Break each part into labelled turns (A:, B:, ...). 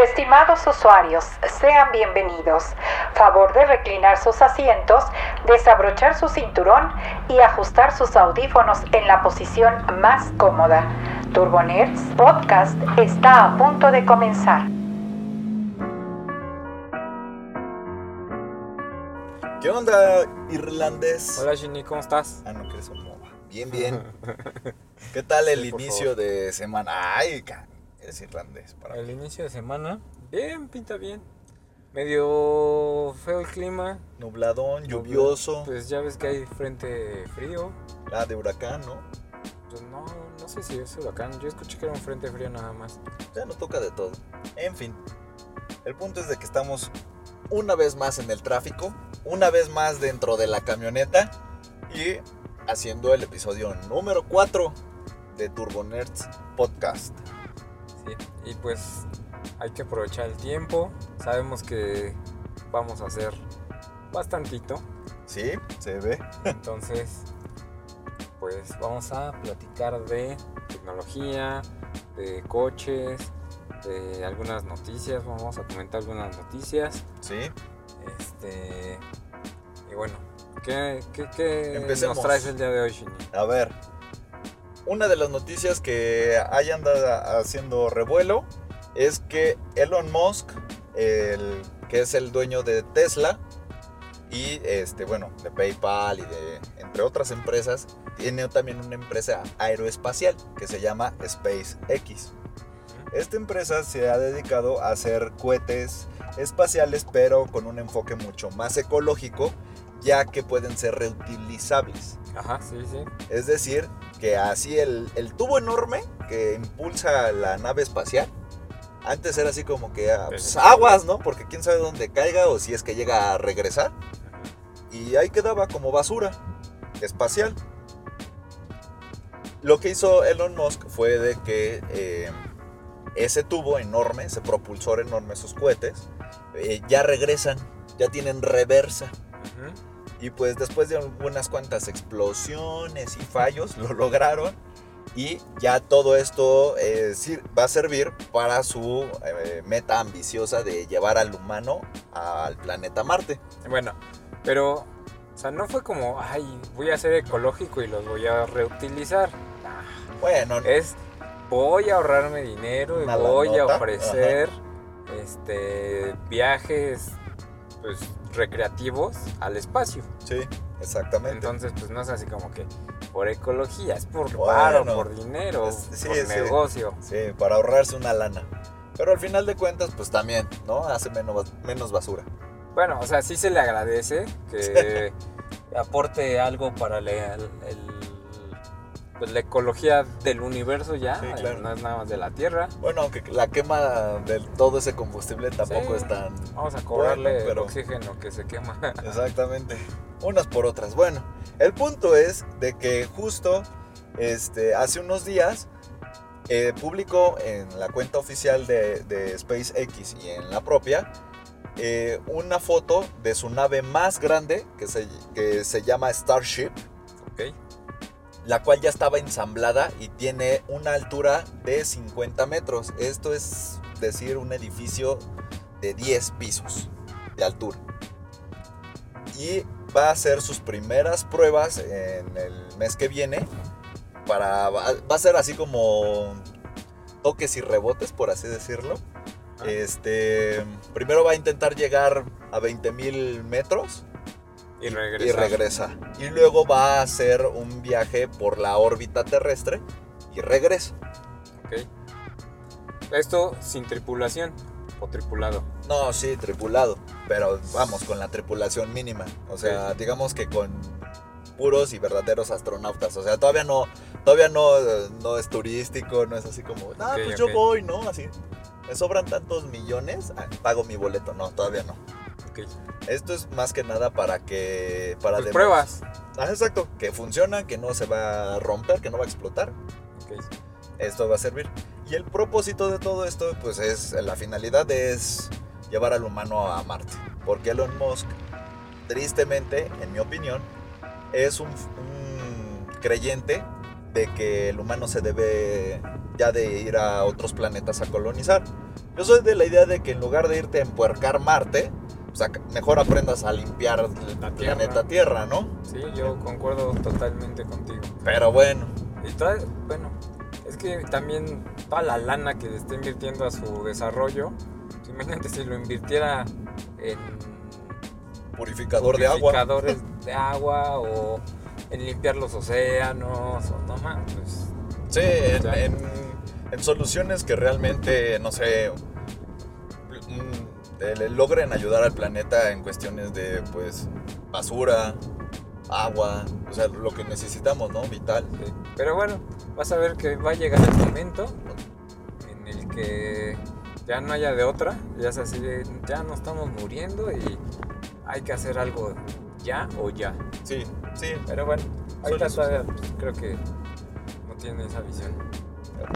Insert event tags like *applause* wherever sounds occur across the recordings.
A: Estimados usuarios, sean bienvenidos. Favor de reclinar sus asientos, desabrochar su cinturón y ajustar sus audífonos en la posición más cómoda. Turbonerds Podcast está a punto de comenzar.
B: ¿Qué onda, irlandés?
C: Hola Ginny, ¿cómo estás?
B: Ah, no, que eres un MOBA. Bien, bien. ¿Qué tal el
C: Sí, por
B: inicio de semana? Ay, ca- eres irlandés. Para mí.
C: El inicio de semana, bien, pinta bien. Medio feo el clima.
B: Nubladón, lluvioso,
C: Pues ya ves que hay frente frío.
B: ah, de huracán, ¿no?
C: Pues no, no sé si es huracán. Yo escuché que era un frente frío nada más.
B: Ya no toca de todo. En fin, el punto es de que estamos una vez más en el tráfico, una vez más dentro de la camioneta y haciendo el episodio número 4 de Turbo Nerds Podcast.
C: Sí. Y pues hay que aprovechar el tiempo. Sabemos que vamos a hacer bastantito.
B: ¿Sí? Se ve.
C: Entonces, pues vamos a platicar de tecnología, de coches, de algunas noticias, vamos a comentar algunas noticias.
B: ¿Sí?
C: Este, y bueno, ¿qué, qué- qué
B: Empecemos.
C: nos traes el día de hoy, Shini?
B: A ver, una de las noticias que hay andado haciendo revuelo es que Elon Musk, el, que es el dueño de Tesla y este, bueno, de PayPal y de entre otras empresas, tiene también una empresa aeroespacial que se llama SpaceX. Esta empresa se ha dedicado a hacer cohetes espaciales, pero con un enfoque mucho más ecológico, ya que pueden ser reutilizables.
C: Ajá, sí, sí.
B: Es decir, que así el, el tubo enorme que impulsa la nave espacial. Antes era así como que ah, pues, aguas, ¿no? Porque quién sabe dónde caiga o si es que llega a regresar. Y ahí quedaba como basura espacial. Lo que hizo Elon Musk fue de que eh, ese tubo enorme, ese propulsor enorme, esos cohetes, eh, ya regresan, ya tienen reversa.
C: Ujú.
B: Y pues después de unas cuantas explosiones y fallos *laughs* lo lograron. Y ya todo esto eh, sir- va a servir para su eh, meta ambiciosa de llevar al humano al planeta Marte.
C: Bueno, pero, o sea, no fue como, ay, voy a ser ecológico y los voy a reutilizar.
B: Bueno, eh,
C: es voy a ahorrarme dinero y
B: Una
C: voy
B: lanota,
C: a ofrecer este viajes pues recreativos al espacio.
B: sí, exactamente.
C: Entonces, pues no es así como que por ecología, es por
B: Bueno.
C: varo, por dinero,
B: Es- sí,
C: por
B: sí.
C: negocio.
B: sí, para ahorrarse una lana. Pero al final de cuentas, pues también, ¿no? Hace menos, menos basura.
C: Bueno, o sea, sí se le agradece que *laughs* aporte algo para la- el- pues, la ecología del universo ya, eh,
B: Sí, claro.
C: no es nada más de la Tierra.
B: Bueno, aunque la quema de todo ese combustible tampoco
C: Sí.
B: es tan
C: Vamos a cobrarle
B: Bueno, pero-
C: el oxígeno que se quema. *laughs*
B: Exactamente. Unas por otras. Bueno, el punto es de que justo este, hace unos días eh, publicó en la cuenta oficial de, de SpaceX y en la propia eh, una foto de su nave más grande que se, que se llama Starship,
C: Ok.
B: la cual ya estaba ensamblada y tiene una altura de 50 metros. Esto es decir, un edificio de 10 pisos de altura. Y va a hacer sus primeras pruebas en el mes que viene. Para, va va a ser así como toques y rebotes, por así decirlo.
C: Ah.
B: Este, primero va a intentar llegar a 20.000 metros
C: Y regresa.
B: y regresa. Y luego va a hacer un viaje por la órbita terrestre y regresa.
C: Ok. Esto sin tripulación o tripulado.
B: No, sí, tripulado, pero vamos, con la tripulación mínima. O sea, digamos que con puros y verdaderos astronautas. O sea, todavía no, todavía no, eh, no es turístico, no es así como, ah,
C: Ok,
B: pues
C: ok.
B: yo voy, ¿no? Así. Me sobran tantos millones, ah, pago mi boleto. No, todavía no.
C: Ok.
B: Esto es más que nada para que. Para
C: Pues
B: demo-
C: pruebas.
B: Ah, exacto. Que funciona, que no se va a romper, que no va a explotar.
C: Ok.
B: esto va a servir. Y el propósito de todo esto, pues es, la finalidad es llevar al humano a Marte. Porque Elon Musk, tristemente, en mi opinión, es un, un creyente de que el humano se debe ya de ir a otros planetas a colonizar. Yo soy de la idea de que en lugar de irte a empuercar Marte, o sea, mejor aprendas a limpiar
C: La
B: el
C: tierra.
B: planeta Tierra, ¿no?
C: Sí, yo concuerdo totalmente contigo.
B: Pero bueno,
C: Y trae- bueno, es que también toda la lana que le está invirtiendo a su desarrollo, pues imagínate si lo invirtiera en
B: purificador de agua.
C: purificadores de agua o en limpiar los océanos o no más, pues
B: Sí, en, en- en soluciones que realmente, no sé, mm, eh, le logren ayudar al planeta en cuestiones de, pues, basura, agua, o sea, lo que necesitamos, ¿no? Vital.
C: sí. Pero bueno, vas a ver que va a llegar el momento en el que ya no haya de otra, ya es así de, ya no estamos muriendo y hay que hacer algo ya o ya.
B: Sí, sí,
C: Pero bueno, ahorita
B: Solo
C: todavía pues, creo que no tiene esa visión.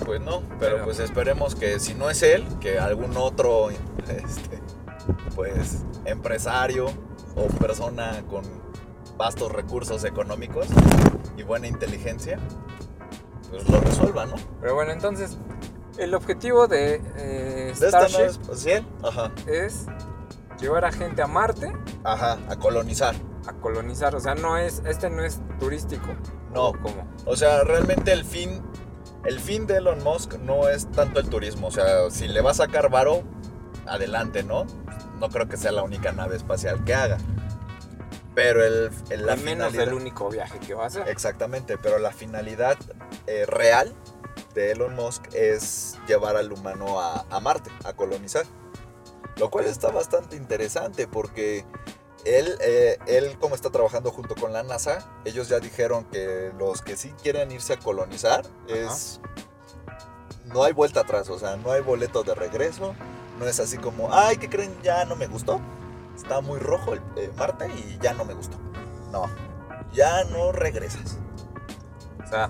B: pues no, pero
C: Pero-
B: pues esperemos que si no es él, que algún otro, *laughs* este, pues, empresario o persona con vastos recursos económicos y buena inteligencia, pues lo resuelva, ¿no?
C: Pero bueno, entonces, el objetivo de, eh,
B: De esta nave
C: Starship
B: espacial, pues, ajá,
C: es llevar a gente a Marte
B: ajá, a colonizar.
C: a colonizar. O sea, no es, este no es turístico.
B: No.
C: Como,
B: O sea, realmente el fin, el fin de Elon Musk no es tanto el turismo. O sea, si le va a sacar varo, adelante, ¿no? No creo que sea la única nave espacial que haga. Pero el, el- la
C: al menos
B: finalidad-
C: el único viaje que va a hacer.
B: Exactamente, pero la finalidad eh, real de Elon Musk es llevar al humano a, a Marte, a colonizar. Lo cual está bastante interesante porque él, eh, él, como está trabajando junto con la NASA, ellos ya dijeron que los que sí quieren irse a colonizar es... No hay vuelta atrás, o sea, no hay boleto de regreso. No es así como, ay, ¿qué creen? Ya no me gustó. Está muy rojo el eh, Marte y ya no me gustó. No, ya no regresas.
C: O sea,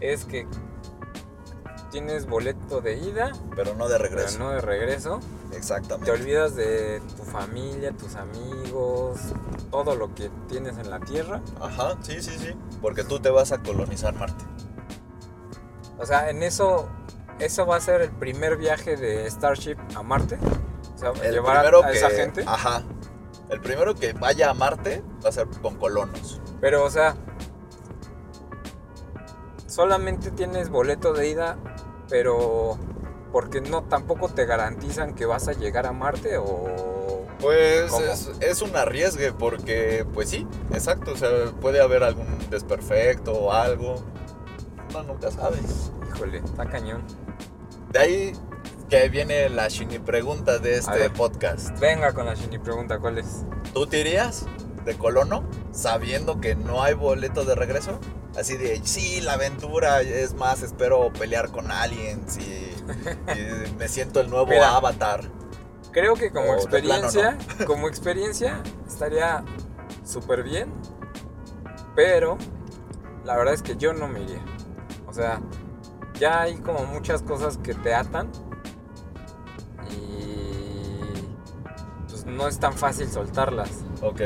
C: es que tienes boleto de ida,
B: Pero no de
C: pero
B: regreso.
C: no de regreso. Te
B: Exactamente.
C: olvidas de tu familia, tus amigos, todo lo que tienes en la Tierra.
B: Ajá, sí, sí, sí. Porque tú te vas a colonizar Marte.
C: O sea, en eso, eso va a ser el primer viaje de Starship a Marte. O sea,
B: El
C: llevar a-
B: primero
C: a,
B: que.
C: esa gente.
B: Ajá. El primero que vaya a Marte va a ser con colonos.
C: Pero, o sea, solamente tienes boleto de ida, pero porque no tampoco te garantizan que vas a llegar a Marte o
B: Pues
C: ¿Cómo?
B: es, es un arriesgue porque, pues sí, exacto. O sea, puede haber algún desperfecto o algo. No, nunca sabes.
C: híjole, está cañón.
B: De ahí que viene la shiny pregunta de
C: A
B: este
C: ver.
B: podcast.
C: Venga con la Shiny pregunta, ¿cuál es?
B: ¿Tú te irías de colono sabiendo que no hay boleto de regreso? Así de, sí, la aventura, es más, espero pelear con aliens *laughs* y, y me siento el nuevo
C: Mira.
B: avatar.
C: Creo que como
B: O Oh, de plano,
C: experiencia, *laughs* como experiencia estaría súper bien, pero la verdad es que yo no me iría. O sea, ya hay como muchas cosas que te atan y pues no es tan fácil soltarlas.
B: Ok.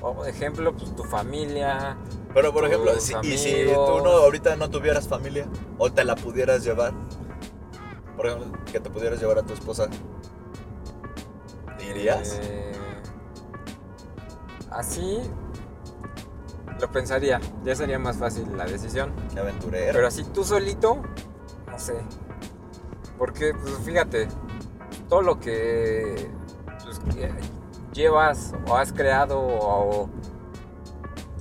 C: O, por ejemplo, pues tu familia,
B: Pero por
C: Tus
B: ejemplo, si, y si tú
C: amigos.
B: no, ahorita no tuvieras familia o te la pudieras llevar, por ejemplo, que te pudieras llevar a tu esposa, ¿te irías?
C: Eh, así lo pensaría, ya sería más fácil la decisión.
B: Qué aventurero.
C: Pero así tú solito, no sé. Porque, pues fíjate, todo lo que, pues, que llevas o has creado o,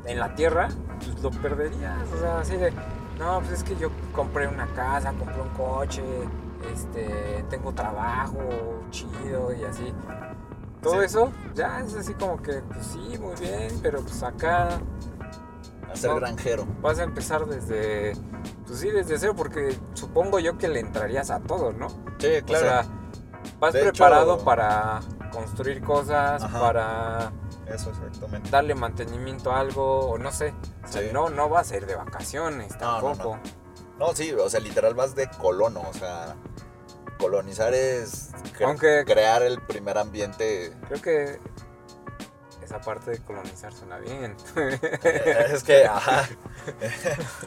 C: en la tierra, pues lo perderías. O sea, así de, no, pues es que yo compré una casa, compré un coche, este, tengo trabajo chido y así. Todo
B: Sí.
C: eso ya es así como que, pues sí, muy bien, pero pues acá
B: a ser
C: no.
B: granjero.
C: vas a empezar desde, pues sí, desde cero, porque supongo yo que le entrarías a todo, ¿no?
B: Sí,
C: O sea, vas
B: De hecho-
C: preparado para construir cosas,
B: Ajá.
C: para
B: eso exactamente.
C: darle mantenimiento a algo, o no sé. O sea,
B: Sí.
C: no, no vas a ir de vacaciones
B: No, no, no.
C: tampoco.
B: No, sí, o sea, literal vas de colono, o sea, colonizar es cre-
C: Aunque-
B: crear el primer ambiente.
C: Creo que esa parte de colonizar suena bien. *laughs*
B: *laughs* Eh, es que, ajá,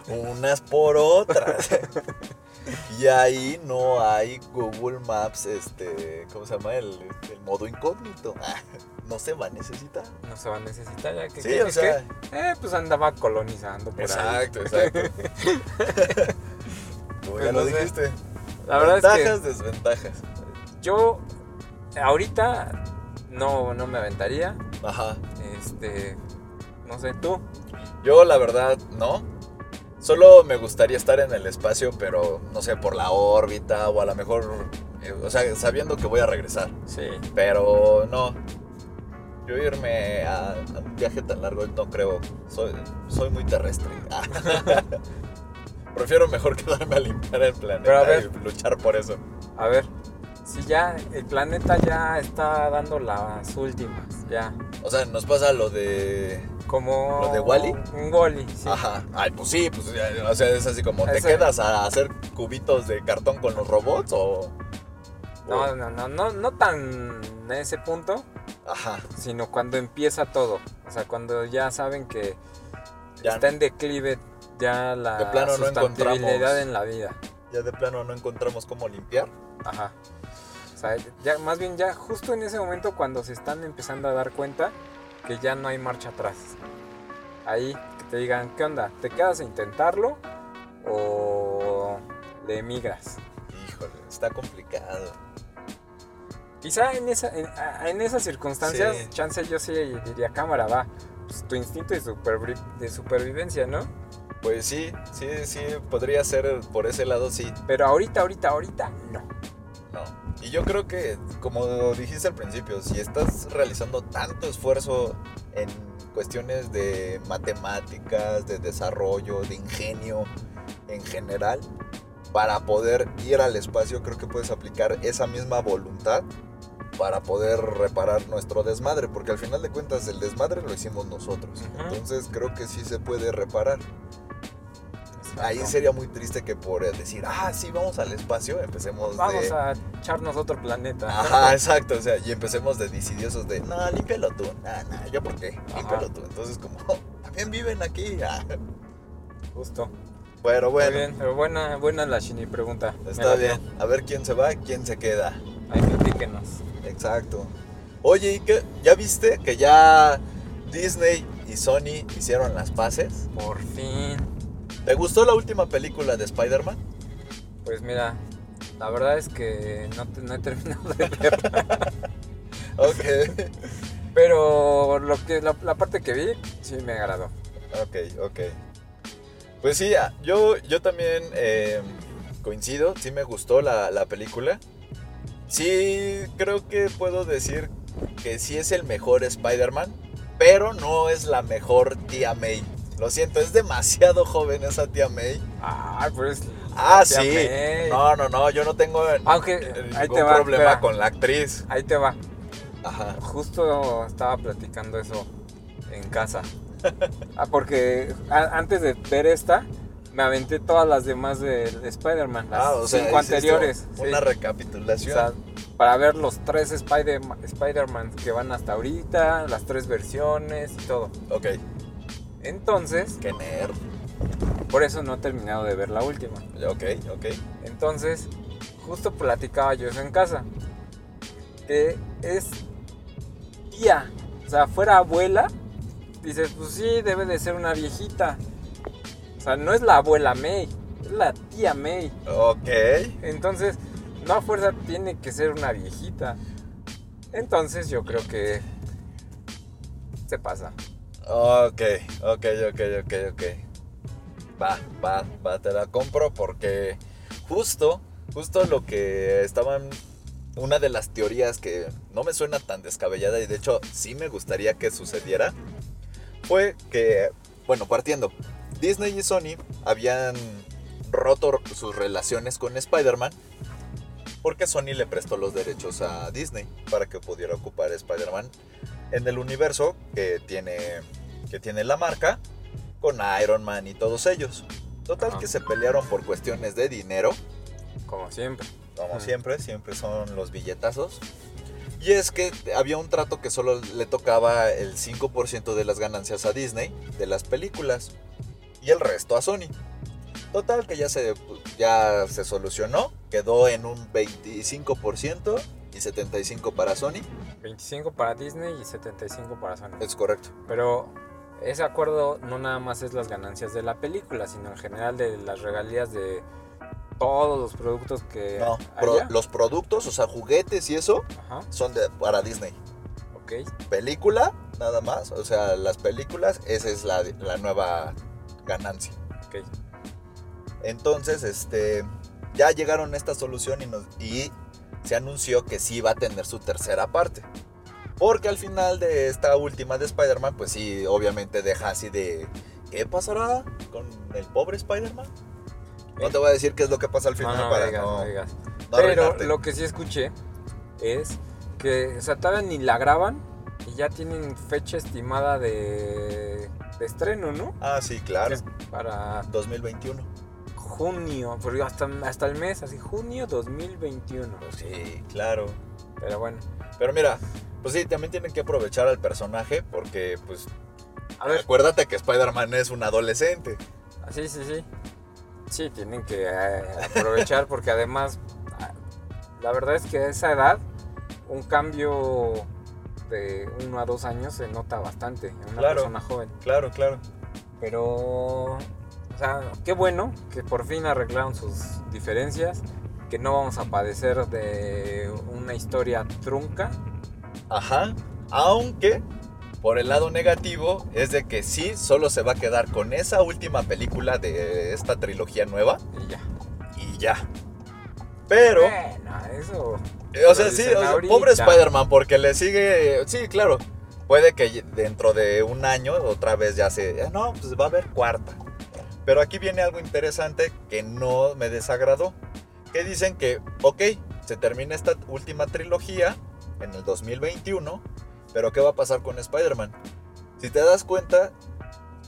B: unas por otras. *laughs* Y ahí no hay Google Maps, este, ¿cómo se llama? El, el modo incógnito. *laughs* Ah, no se va a necesitar.
C: No se va a necesitar ya que...
B: Sí, o
C: que-
B: sea.
C: que, eh, pues andaba colonizando por ahí.
B: Exacto, exacto. *laughs* Como ya
C: Pues
B: lo
C: no sé.
B: dijiste.
C: La verdad es que...
B: Ventajas, desventajas.
C: Yo ahorita no, no me aventaría.
B: Ajá.
C: Este, no sé, tú.
B: Yo la verdad no. Solo me gustaría estar en el espacio, pero no sé, por la órbita o a lo mejor, eh, o sea, sabiendo que voy a regresar.
C: Sí.
B: Pero no. Yo irme a, a un viaje tan largo no creo. Soy, soy muy
C: *laughs*
B: terrestre. *laughs* Prefiero mejor quedarme a limpiar el planeta
C: Pero a ver.
B: y luchar por eso.
C: A ver, si ya el planeta ya está dando las últimas, ya.
B: O sea, nos pasa lo de.
C: Como
B: ¿Lo de Wall-E?
C: Un Wall-E, sí.
B: Ajá. Ay, pues sí, pues ya, o sea, es así como, ¿te
C: Eso-
B: quedas a hacer cubitos de cartón con los robots o.?
C: No,
B: o-
C: no, no, no, no tan en ese punto,
B: Ajá.
C: sino cuando empieza todo. O sea, cuando ya saben que
B: Ya,
C: está en declive ya la
B: De plano no
C: sustentabilidad
B: encontramos.
C: en la vida.
B: ya de plano no encontramos cómo limpiar.
C: Ajá. O sea, ya, más bien ya justo en ese momento cuando se están empezando a dar cuenta que ya no hay marcha atrás. Ahí que te digan, ¿qué onda? ¿Te quedas a intentarlo o le emigras?
B: Híjole, está complicado.
C: Quizá en, esa, en, a- en esas circunstancias,
B: Sí.
C: chance yo sí diría, cámara, va. Pues, tu instinto de, supervi- de supervivencia, ¿no?
B: Pues sí, sí, sí, podría ser por ese lado, sí,
C: Pero ahorita, ahorita, ahorita, no.
B: No. Y yo creo que, como dijiste al principio, si estás realizando tanto esfuerzo en cuestiones de matemáticas, de desarrollo, de ingenio en general, para poder ir al espacio, creo que puedes aplicar esa misma voluntad para poder reparar nuestro desmadre, porque al final de cuentas el desmadre lo hicimos nosotros.
C: Ujú.
B: Entonces creo que sí se puede reparar. Ahí
C: No.
B: sería muy triste que por decir, ah, sí, vamos al espacio, empecemos
C: Vamos
B: de... Ah.
C: a echarnos otro planeta. *laughs*
B: Ajá, exacto, o sea, y empecemos de decidiosos de, no, límpialo tú, no, no, yo por qué,
C: Ajá.
B: límpialo tú. Entonces, como, "Oh, también viven aquí. Ah,
C: Justo.
B: Bueno,
C: Muy
B: bueno,
C: bien, pero buena, buena la Shini pregunta. Me
B: está
C: latió.
B: bien. A ver quién se va, quién se queda.
C: Ahí platíquenos.
B: Exacto. Oye, ¿y qué? ¿ya viste que ya Disney y Sony hicieron las paces?
C: Por fin.
B: ¿Te gustó la última película de Spider-Man?
C: Pues mira, la verdad es que no, te- no he *laughs* terminado de ver. *laughs*
B: Ok,
C: Pero lo que, la, la parte que vi sí me agradó.
B: ok, ok. Pues sí, ah, yo, yo también eh, coincido, sí me gustó la, la película. Sí, creo que puedo decir que sí es el mejor Spider-Man, pero no es la mejor tía May. Lo siento, es demasiado *laughs* joven esa tía May.
C: Ah, pues.
B: Ah,
C: ya
B: sí.
C: me-
B: No, no, no, yo no tengo eh,
C: Aunque ahí
B: ningún
C: te va.
B: problema
C: espera,
B: con la actriz.
C: Ahí te va.
B: Ajá.
C: Justo estaba platicando eso en
B: *laughs*
C: casa. Ah, porque a- antes de ver esta, me aventé todas las demás de de Spider-Man. Las
B: Ah, o sea,
C: cinco
B: hiciste
C: anteriores. sí.
B: Una
C: O
B: recapitulación.
C: sea, para ver los tres Spider- Spider-Man que van hasta ahorita, las tres versiones y todo.
B: ok,
C: Entonces,
B: qué nerd.
C: por eso no he terminado de ver la última.
B: Ok, ok.
C: Entonces, justo platicaba yo eso en casa. Que es tía. O sea, fuera abuela, dices, pues sí, debe de ser una viejita. O sea, no es la abuela May, es la tía May.
B: Ok.
C: Entonces, no a fuerza tiene que ser una viejita. Entonces, yo creo que se pasa.
B: Ok, ok, ok, ok, ok. Va, va, va, te la compro porque justo, justo lo que estaban, una de las teorías que no me suena tan descabellada y de hecho sí me gustaría que sucediera, fue que, bueno, partiendo, Disney y Sony habían roto sus relaciones con Spider-Man porque Sony le prestó los derechos a Disney para que pudiera ocupar Spider-Man en el universo que tiene, que tiene la marca con Iron Man y todos ellos. Total
C: Ajá.
B: que se pelearon por cuestiones de dinero,
C: Como siempre.
B: como
C: Ujú.
B: siempre, siempre son los billetazos. Y es que había un trato que solo le tocaba el 5% de las ganancias a Disney de las películas y el resto a Sony. Total, que ya se, ya se solucionó. Quedó en un 25% y 75% para Sony.
C: 25 para Disney y 75 para Sony.
B: Es correcto.
C: Pero ese acuerdo no nada más es las ganancias de la película, sino en general de las regalías de todos los productos que
B: No, pro-
C: haya.
B: los productos, o sea, juguetes y eso,
C: Ajá,
B: son de, para Disney.
C: ok.
B: Película, nada más. O sea, las películas, esa es la, la nueva ganancia.
C: Ok.
B: Entonces, este, ya llegaron a esta solución y, nos- y se anunció que sí va a tener su tercera parte. Porque al final de esta última de Spider-Man, pues sí, obviamente deja así de... ¿Qué pasará con el pobre Spider-Man? No te voy a decir qué es lo que pasa al final
C: ¿Eh? no, no,
B: para
C: digas,
B: no,
C: no digas.
B: no
C: Pero
B: arruinarte.
C: lo que sí escuché es que, o sea, todavía ni la graban y ya tienen fecha estimada de, de estreno, ¿no?
B: Ah, sí, claro.
C: Es Para
B: 2021.
C: junio, pero hasta, hasta el mes, así, junio 2021.
B: Pues sí, claro.
C: Pero bueno,
B: Pero mira, pues sí, también tienen que aprovechar al personaje porque, pues,
C: a ver,
B: acuérdate que Spider-Man es un adolescente.
C: Ah, Sí, sí, sí. Sí, tienen que eh, aprovechar porque además, ah, la verdad es que a esa edad, un cambio de uno a dos años se nota bastante en una
B: Claro.
C: persona joven.
B: Claro, claro.
C: Pero, o sea, qué bueno que por fin arreglaron sus diferencias, que no vamos a padecer de una historia trunca.
B: Ajá. Aunque, por el lado negativo, es de que sí, solo se va a quedar con esa última película de esta trilogía nueva
C: Y ya.
B: y ya. Pero,
C: Bueno, eso.
B: eh, o sea,
C: lo
B: sí,
C: dicen
B: o sea,
C: ahorita.
B: pobre Spider-Man, porque le sigue. Sí, claro. Puede que dentro de un año otra vez ya se. "Ah, No, pues va a haber cuarta. Pero aquí viene algo interesante que no me desagradó. Que dicen que, ok, se termina esta última trilogía en el 2021, pero ¿qué va a pasar con Spider-Man? Si te das cuenta,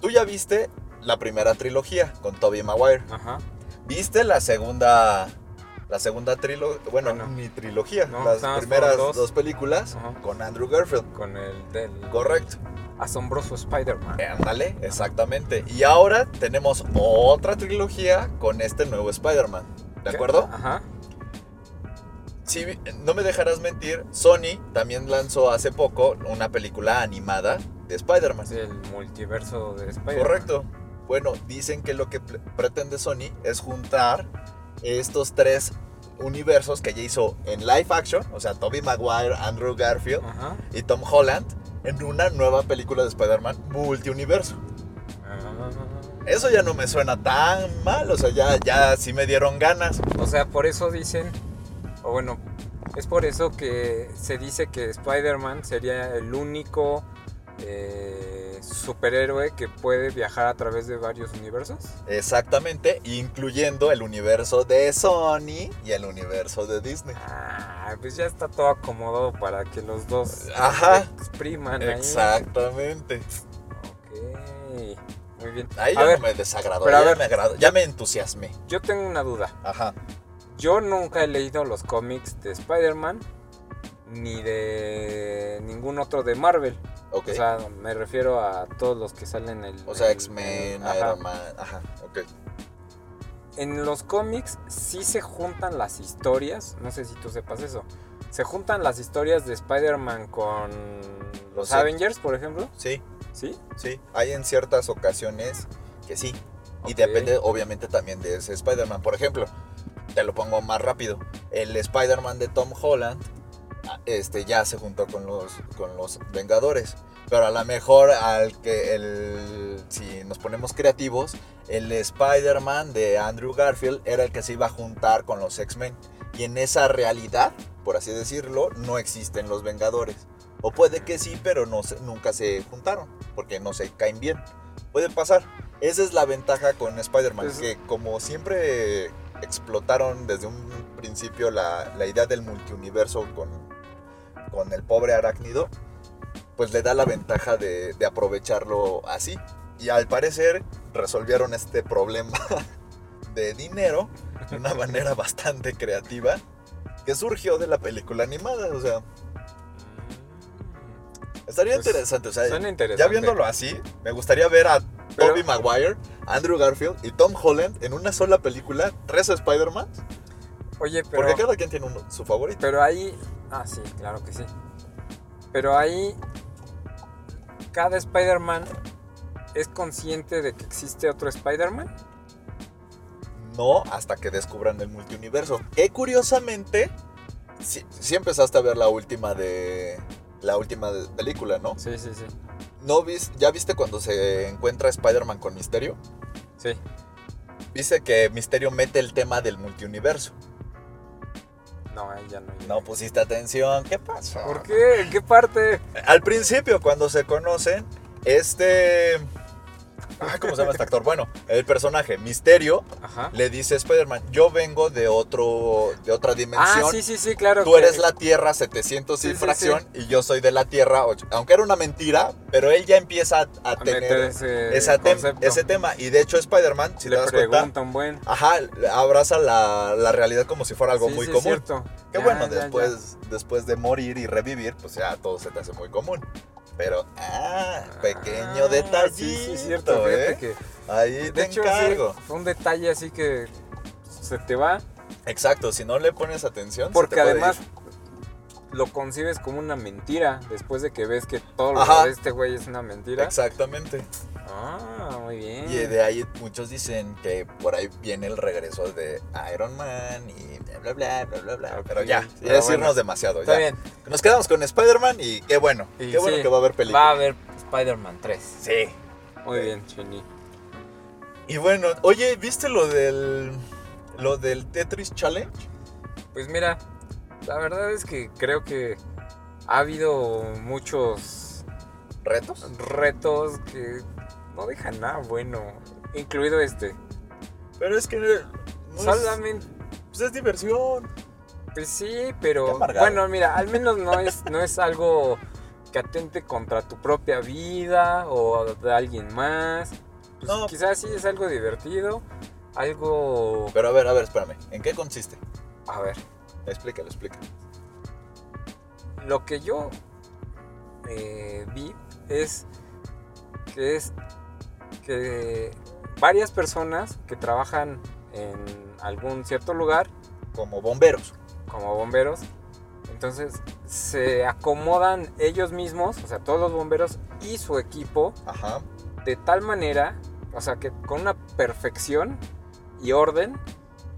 B: tú ya viste la primera trilogía con Tobey Maguire.
C: Ajá.
B: ¿Viste la segunda la segunda trilogía? Bueno,
C: Ah, no.
B: mi trilogía,
C: No,
B: las
C: Transformers
B: primeras
C: dos.
B: dos, películas
C: Ajá.
B: con Andrew Garfield.
C: Con el del
B: Correcto.
C: asombroso Spider-Man.
B: Eh, Ándale, exactamente. Y ahora tenemos otra trilogía con este nuevo Spider-Man. ¿De
C: ¿Qué?
B: acuerdo?
C: Ajá.
B: Si no me dejarás mentir, Sony también lanzó hace poco una película animada de Spider-Man.
C: Es el multiverso de Spider-Man.
B: Correcto. Bueno, dicen que lo que pre- pretende Sony es juntar estos tres universos que ya hizo en live action, o sea, Tobey Maguire, Andrew Garfield
C: Ajá.
B: y Tom Holland, en una nueva película de Spider-Man multiuniverso.
C: Ah.
B: Eso ya no me suena tan mal, o sea, ya, ya sí me dieron ganas.
C: O sea, por eso dicen, o bueno, es por eso que se dice que Spider-Man sería el único eh, superhéroe que puede viajar a través de varios universos.
B: Exactamente, incluyendo el universo de Sony y el universo de Disney.
C: Ah, pues ya está todo acomodado para que los dos
B: Ajá.
C: se expriman ahí.
B: Exactamente.
C: Ok, muy bien.
B: Ahí
C: a
B: ya
C: ver,
B: no me desagradó,
C: pero a
B: ya,
C: ver.
B: me agradó, ya me entusiasmé.
C: yo tengo una duda.
B: Ajá.
C: Yo nunca he leído los cómics de Spider-Man ni de ningún otro de Marvel.
B: Ok.
C: O sea, me refiero a todos los que salen en el.
B: O sea,
C: en-
B: X-Men,
C: en- ajá.
B: Iron Man, ajá, ok.
C: En los cómics sí se juntan las historias. No sé si tú sepas eso. Se juntan las historias de Spider-Man con los
B: Sí.
C: Avengers, por ejemplo.
B: Sí,
C: ¿Sí?
B: sí, hay en ciertas ocasiones que sí. Y
C: Ok.
B: depende obviamente también de ese Spider-Man. Por ejemplo, te lo pongo más rápido. El Spider-Man de Tom Holland ah, este, ya se juntó con los, con los Vengadores. Pero a lo mejor al que el, si nos ponemos creativos, el Spider-Man de Andrew Garfield era el que se iba a juntar con los X-Men. Y en esa realidad, por así decirlo, no existen los Vengadores. O puede que sí, pero no se- nunca se juntaron, porque no se caen bien. Puede pasar. Esa es la ventaja con Spider-Man,
C: Pues-
B: que como siempre explotaron desde un principio la, la idea del multiuniverso con, con el pobre arácnido, pues le da la ventaja de, de aprovecharlo así. Y al parecer resolvieron este problema *laughs* de dinero de una manera *laughs* bastante creativa que surgió de la película animada. O sea, estaría
C: Pues,
B: interesante. O sea, Ah,
C: Suena interesante.
B: ya viéndolo así, me gustaría ver a
C: Pero-
B: Toby Maguire Andrew Garfield y Tom Holland en una sola película, tres Spider-Man,
C: Oye, pero.
B: porque cada quien tiene un- su favorito.
C: Pero ahí. Ah, sí, claro que sí. Pero ahí. Cada Spider-Man es consciente de que existe otro Spider-Man.
B: No hasta que descubran el multiuniverso. Que curiosamente, si, si empezaste a ver la última de. La última de- película, ¿no?
C: Sí, sí, sí.
B: ¿No vis- ¿Ya viste cuando se encuentra Spider-Man con Misterio?
C: Sí.
B: Dice que Misterio mete el tema del multiuniverso.
C: No, ahí ya no. llega.
B: No pusiste atención. ¿Qué pasó?
C: ¿Por qué? ¿En qué parte?
B: Al principio, cuando se conocen, este. Ay, ¿Cómo se llama este actor? Bueno, el personaje Misterio
C: Ajá.
B: le dice a Spider-Man: Yo vengo de, otro, de otra dimensión.
C: Ah, sí, sí, sí, claro.
B: Tú
C: que-
B: eres la Tierra 700
C: Sí,
B: y
C: sí,
B: fracción y yo soy de la Tierra 8. Aunque era una mentira, pero él ya empieza a, a
C: a meter
B: tener
C: ese,
B: esa tem-
C: concepto.
B: ese tema. Y de hecho, Spider-Man, si te
C: Le
B: das cuenta,
C: pregunta un buen.
B: ajá, abraza la, la realidad como si fuera algo
C: Sí,
B: muy
C: sí, es
B: común.
C: cierto.
B: Que
C: Ya,
B: bueno,
C: ya, ya.
B: después, después de morir y revivir, pues ya todo se te hace muy común. Pero, ah, pequeño
C: Ah,
B: detallito,
C: Sí, sí, es cierto.
B: ¿eh?
C: Fíjate que
B: Ahí te
C: De hecho, sí,
B: encargo.
C: fue un detalle así que se te va.
B: Exacto, si no le pones atención, se
C: Porque
B: te puede
C: además
B: ir.
C: lo concibes como una mentira después de que ves que todo lo
B: Ajá.
C: de este güey es una mentira.
B: Exactamente.
C: Ah, muy bien.
B: Y de ahí muchos dicen que por ahí viene el regreso de Iron Man y bla, bla, bla, bla, bla, bla.
C: Ok,
B: Pero ya, ya
C: pero
B: es
C: bueno.
B: irnos demasiado.
C: Está
B: Ya.
C: bien.
B: Nos quedamos con Spider-Man y qué bueno.
C: Y
B: qué bueno
C: sí,
B: que va a haber película.
C: Va a haber Spider-Man 3.
B: Sí.
C: Muy bien, Chini.
B: Y bueno, oye, ¿viste lo del, lo del Tetris Challenge?
C: Pues mira, la verdad es que creo que ha habido muchos
B: ¿Retos?
C: retos que no dejan nada bueno, incluido este.
B: Pero es que no es,
C: Solamente
B: pues es diversión.
C: Pues sí,
B: Qué
C: pero
B: amargado.
C: bueno, mira, al menos no es, no es algo que atente contra tu propia vida o de alguien más. Pues
B: No.
C: Quizás sí es algo divertido, algo...
B: Pero a ver, a ver, espérame. ¿En qué consiste?
C: A ver,
B: Explícalo, explícalo.
C: lo que yo eh, vi es que es que varias personas que trabajan en algún cierto lugar
B: Como bomberos.
C: como bomberos. Entonces se acomodan ellos mismos, o sea, todos los bomberos y su equipo,
B: Ajá.
C: de tal manera, o sea, que con una perfección y orden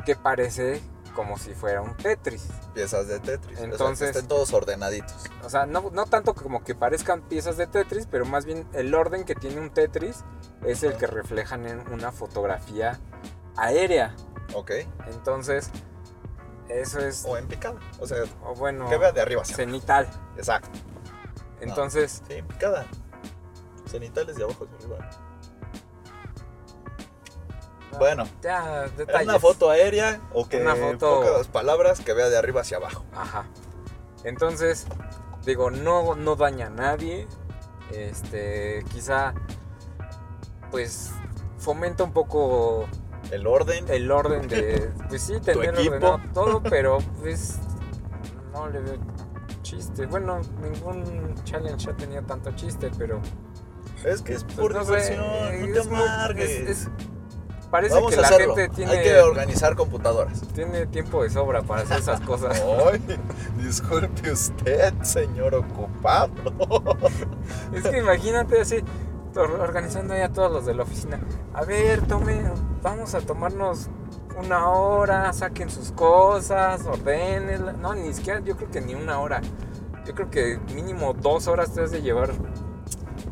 C: que parece como si fuera un Tetris.
B: Piezas de Tetris. O sea, que
C: Entonces-
B: estén todos ordenaditos.
C: O sea, no, no tanto como que parezcan piezas de Tetris, pero más bien el orden que tiene un Tetris es el que reflejan en una fotografía aérea.
B: Ok.
C: Entonces, eso es,
B: O en picada. O sea,
C: o bueno,
B: que vea de arriba. hacia
C: cenital.
B: abajo. Exacto.
C: Entonces,
B: Sí, en picada. Cenitales de abajo hacia arriba.
C: Ah,
B: Bueno.
C: Ya,
B: Era
C: detalles.
B: una foto aérea o que
C: Una
B: en
C: foto-
B: pocas palabras que vea de arriba hacia abajo.
C: Ajá. Entonces, digo, no, no daña a nadie. Este, quizá, pues, fomenta un poco
B: El orden.
C: el orden
B: *laughs*
C: de, pues sí, tener
B: equipo.
C: ordenado
B: *laughs*
C: todo, pero pues no le veo chiste. Bueno, ningún challenge ha tenido tanto chiste, pero
B: Es que es
C: pues,
B: por
C: no sé,
B: diversión. no
C: es
B: te
C: muy-
B: amargues.
C: es- es- parece
B: Vamos
C: que
B: a
C: la
B: hacerlo.
C: gente tiene,
B: Hay que organizar
C: *laughs*
B: computadoras.
C: tiene tiempo de sobra para hacer
B: *laughs*
C: esas cosas.
B: Ay, disculpe usted, señor ocupado.
C: Es que imagínate así, to- organizando ya todos los de la oficina. A ver, tome, vamos a tomarnos una hora, saquen sus cosas, ordénenla. No, ni siquiera, yo creo que ni una hora. Yo creo que mínimo dos horas te has de llevar.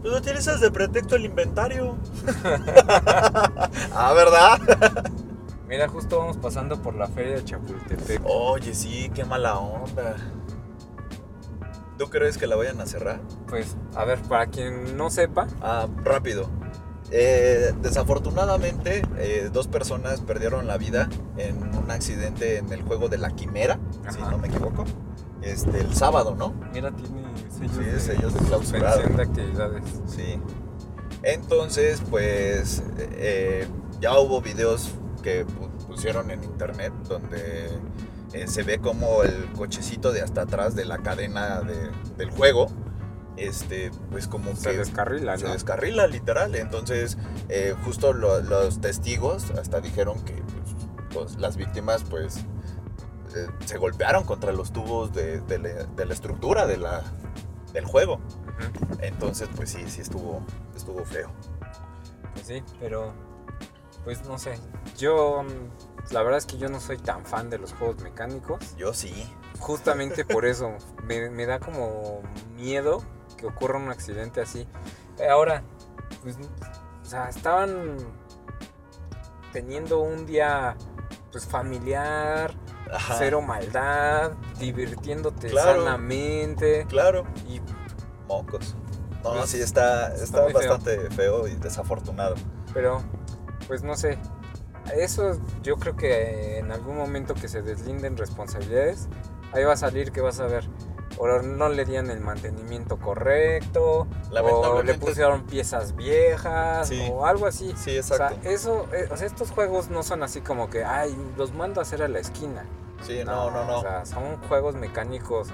B: Tú utilizas de pretexto el inventario. *laughs* ah, ¿verdad?
C: Mira, justo vamos pasando por la feria de Chapultepec.
B: Oye, sí, qué mala onda. ¿Tú crees que la vayan a cerrar?
C: Pues, a ver, para quien no sepa,
B: Ah, rápido. Eh, desafortunadamente, eh, dos personas perdieron la vida en un accidente en el juego de la Quimera, si
C: Ajá.
B: no me equivoco. Este, el sábado, ¿no?
C: mira, tiene
B: Sí,
C: sellos,
B: sellos de clausurado.
C: suspensión de actividades.
B: Sí. Entonces, pues eh, ya hubo videos que pu- pusieron en internet donde eh, se ve como el cochecito de hasta atrás de la cadena de- del juego este, pues como
C: Se
B: que
C: descarrila,
B: se
C: ¿no?
B: descarrila literal. Entonces, eh, justo lo- los testigos hasta dijeron que pues, pues, las víctimas, pues, eh, se golpearon contra los tubos de, de la, de la estructura de la, del juego.
C: Ujú.
B: Entonces, pues sí, sí estuvo, estuvo feo.
C: Pues sí, pero pues no sé. Yo mm, la verdad es que yo no soy tan fan de los juegos mecánicos.
B: Yo sí.
C: Justamente
B: *laughs*
C: por eso me, me da como miedo que ocurra un accidente así. Eh, Ahora, pues, o sea, estaban teniendo un día pues familiar,
B: Ajá.
C: cero maldad, divirtiéndote
B: Claro.
C: sanamente
B: Claro.
C: y
B: Mocos. No,
C: Pues,
B: sí, está, está,
C: muy feo.
B: bastante feo. y desafortunado.
C: Pero, pues no sé. Eso yo creo que en algún momento que se deslinden responsabilidades, ahí va a salir que vas a ver. O no le dieron el mantenimiento correcto, o le
B: Lamentablemente-
C: pusieron piezas viejas,
B: Sí.
C: o algo así.
B: Sí,
C: O sea,
B: exacto.
C: eso, eh, o sea, estos juegos no son así como que, ay, los mando a hacer a la esquina.
B: sí, no, no, no.
C: O sea, son juegos mecánicos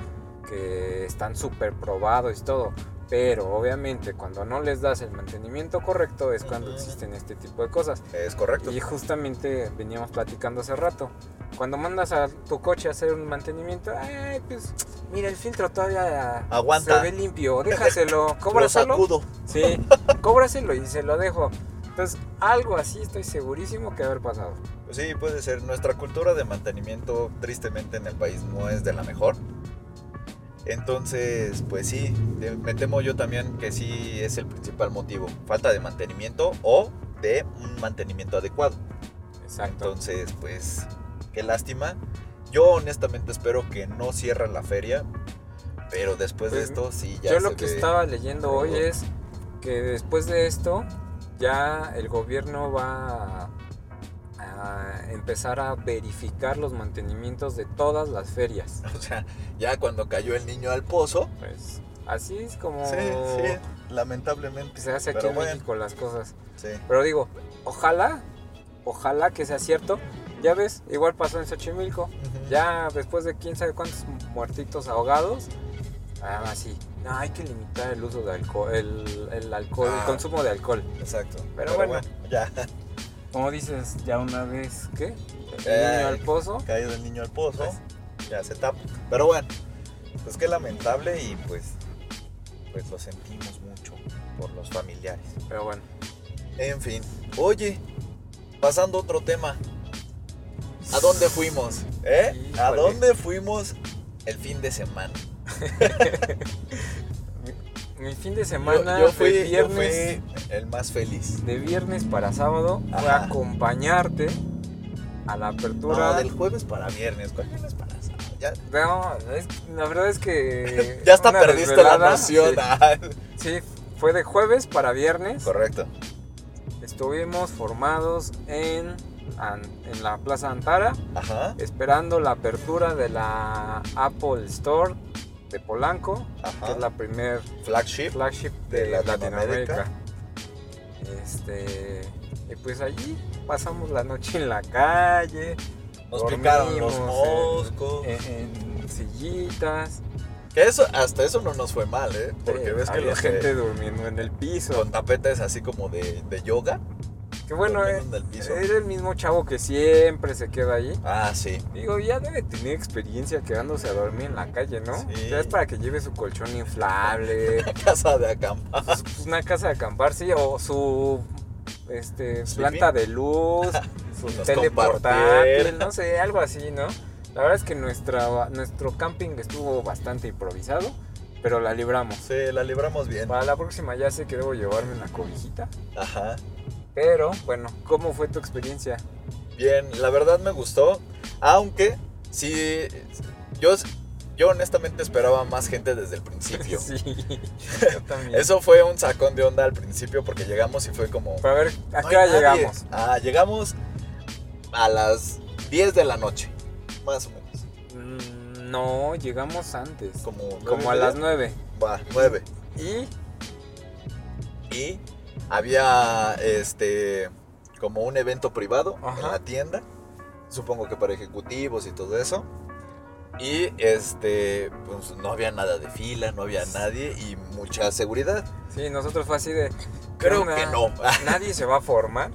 C: que están súper probados y todo. Pero obviamente cuando no les das el mantenimiento correcto es cuando
B: Ujú.
C: existen este tipo de cosas.
B: es correcto.
C: Y justamente veníamos platicando hace rato. Cuando mandas a tu coche a hacer un mantenimiento, ay, pues mira, el filtro todavía
B: Aguanta.
C: se ve limpio,
B: *laughs*
C: déjaselo,
B: Lo
C: cóbraselo.
B: sacudo.
C: Sí, cóbraselo y se lo dejo. Entonces, algo así estoy segurísimo que va a haber pasado.
B: Pues sí, puede ser. Nuestra cultura de mantenimiento, tristemente, en el país no es de la mejor. Entonces, pues sí, te- me temo yo también que sí es el principal motivo. Falta de mantenimiento o de un mantenimiento adecuado.
C: Exacto.
B: Entonces, pues, qué lástima. Yo honestamente espero que no cierra la feria. Pero después de
C: Pues,
B: esto, sí, ya
C: Yo
B: se
C: lo que
B: ve-
C: estaba leyendo hoy
B: rudo.
C: es que después de esto ya el gobierno va a, a empezar a verificar los mantenimientos de todas las ferias.
B: O sea, ya cuando cayó el niño al pozo.
C: Pues así es como
B: Sí, sí, lamentablemente.
C: pues, se hace aquí
B: Pero
C: en
B: bueno,
C: México las cosas.
B: sí.
C: Pero digo, ojalá, ojalá que sea cierto. Ya ves, igual pasó en Xochimilco.
B: Ujú.
C: Ya después de quién sabe cuántos muertitos ahogados, ah, sí. No, hay que limitar el uso de alcohol, el, el alcohol, el
B: Ah.
C: consumo de alcohol.
B: Exacto. Pero,
C: bueno.
B: ya, *laughs*
C: Como dices, ya una vez que el
B: Ay.
C: niño al pozo,
B: caído el niño al pozo,
C: Pues.
B: ya se tapa. Pero bueno, pues qué lamentable y pues, pues lo sentimos mucho por los familiares.
C: pero bueno.
B: En fin, oye, pasando a otro tema, ¿a dónde fuimos? ¿Eh? ¿A
C: Híjole.
B: dónde fuimos el fin de semana?
C: Mi fin de
B: Yo-
C: semana
B: yo, fui,
C: de
B: yo
C: viernes,
B: fui el más feliz.
C: de viernes para sábado fue
B: Ajá. Ah.
C: acompañarte a la apertura.
B: No, del jueves para viernes, ¿cuál viernes para sábado? Ya,
C: No, es- la verdad es que
B: *laughs* ya hasta
C: una
B: perdiste
C: desvelada,
B: la noción. ah.
C: Sí, sí, fue de jueves para viernes.
B: *laughs* Correcto.
C: Estuvimos formados en, An- en la Plaza Antara,
B: Ajá,
C: esperando la apertura de la Apple Store de Polanco, que
B: ajá.
C: es la primer
B: Flagship.
C: flagship
B: Ah. De
C: de,
B: Latinoamérica.
C: Latinoamérica. Este, y pues allí pasamos la noche en la calle,
B: Nos
C: Dormimos
B: picaron los
C: en-
B: moscos.
C: en, en
B: Eh,
C: sillitas.
B: Que eso, hasta eso no nos fue mal, ¿eh? Porque
C: Eh,
B: ves que
C: había
B: los
C: gente
B: gente
C: durmiendo en el piso.
B: con tapetes así como de, de yoga.
C: Que bueno, eh,
B: durmieron en el piso.
C: era el mismo chavo que siempre se queda allí.
B: Ah, sí. *laughs*
C: Digo, ya debe tener experiencia quedándose a dormir en la calle, ¿no?
B: Sí.
C: Ya es para que lleve su colchón inflable,
B: Casa de acampa.
C: pues, pues, una casa de acampar, sí, o su este,
B: Sleeping.
C: planta
B: *laughs*
C: de luz, su
B: Nos
C: tele
B: compartieron.
C: portátil, no sé, algo así, ¿no? La verdad es que nuestra, nuestro camping estuvo bastante improvisado, pero la libramos.
B: Sí, la libramos bien.
C: Para la próxima ya sé que debo llevarme una cobijita,
B: Ajá.
C: pero bueno, ¿cómo fue tu experiencia?
B: Bien, la verdad me gustó. Aunque, sí, yo, yo honestamente esperaba más gente desde el principio. *laughs*
C: *laughs* Sí, yo también.
B: Eso fue un sacón de onda al principio porque llegamos y fue como...
C: Pero a ver, ¿a
B: "No
C: qué
B: hay
C: hora
B: nadie".
C: llegamos?
B: Ah, llegamos a las 10 de la noche, más o menos.
C: Mm, No, llegamos antes, como,
B: Como,
C: a las
B: nueve.
C: 9.
B: Va, nueve.
C: Y
B: Y había este como un evento privado
C: Ajá.
B: en la tienda. Supongo que para ejecutivos y todo eso. Y este, pues no había nada de fila, no había nadie y mucha seguridad.
C: Sí, nosotros fue así de.
B: Creo
C: "Una-
B: que no. *laughs* Ah,
C: Nadie se va a formar.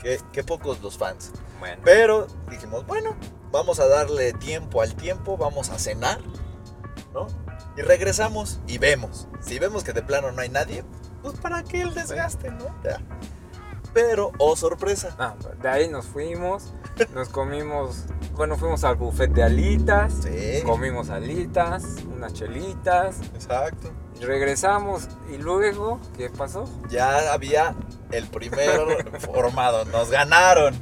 B: qué, qué pocos los fans.
C: Bueno.
B: Pero dijimos, bueno, vamos a darle tiempo al tiempo, vamos a cenar, ¿no? Y regresamos y vemos. Si vemos que de plano no hay nadie, pues para qué el desgaste, ¿no? Ya. Pero, oh sorpresa,
C: Ah, de ahí nos fuimos, nos comimos, bueno, fuimos al buffet de alitas,
B: Sí.
C: comimos alitas, unas chelitas,
B: Exacto.
C: regresamos y luego, ¿qué pasó?
B: Ya había el primero *laughs* formado, nos ganaron.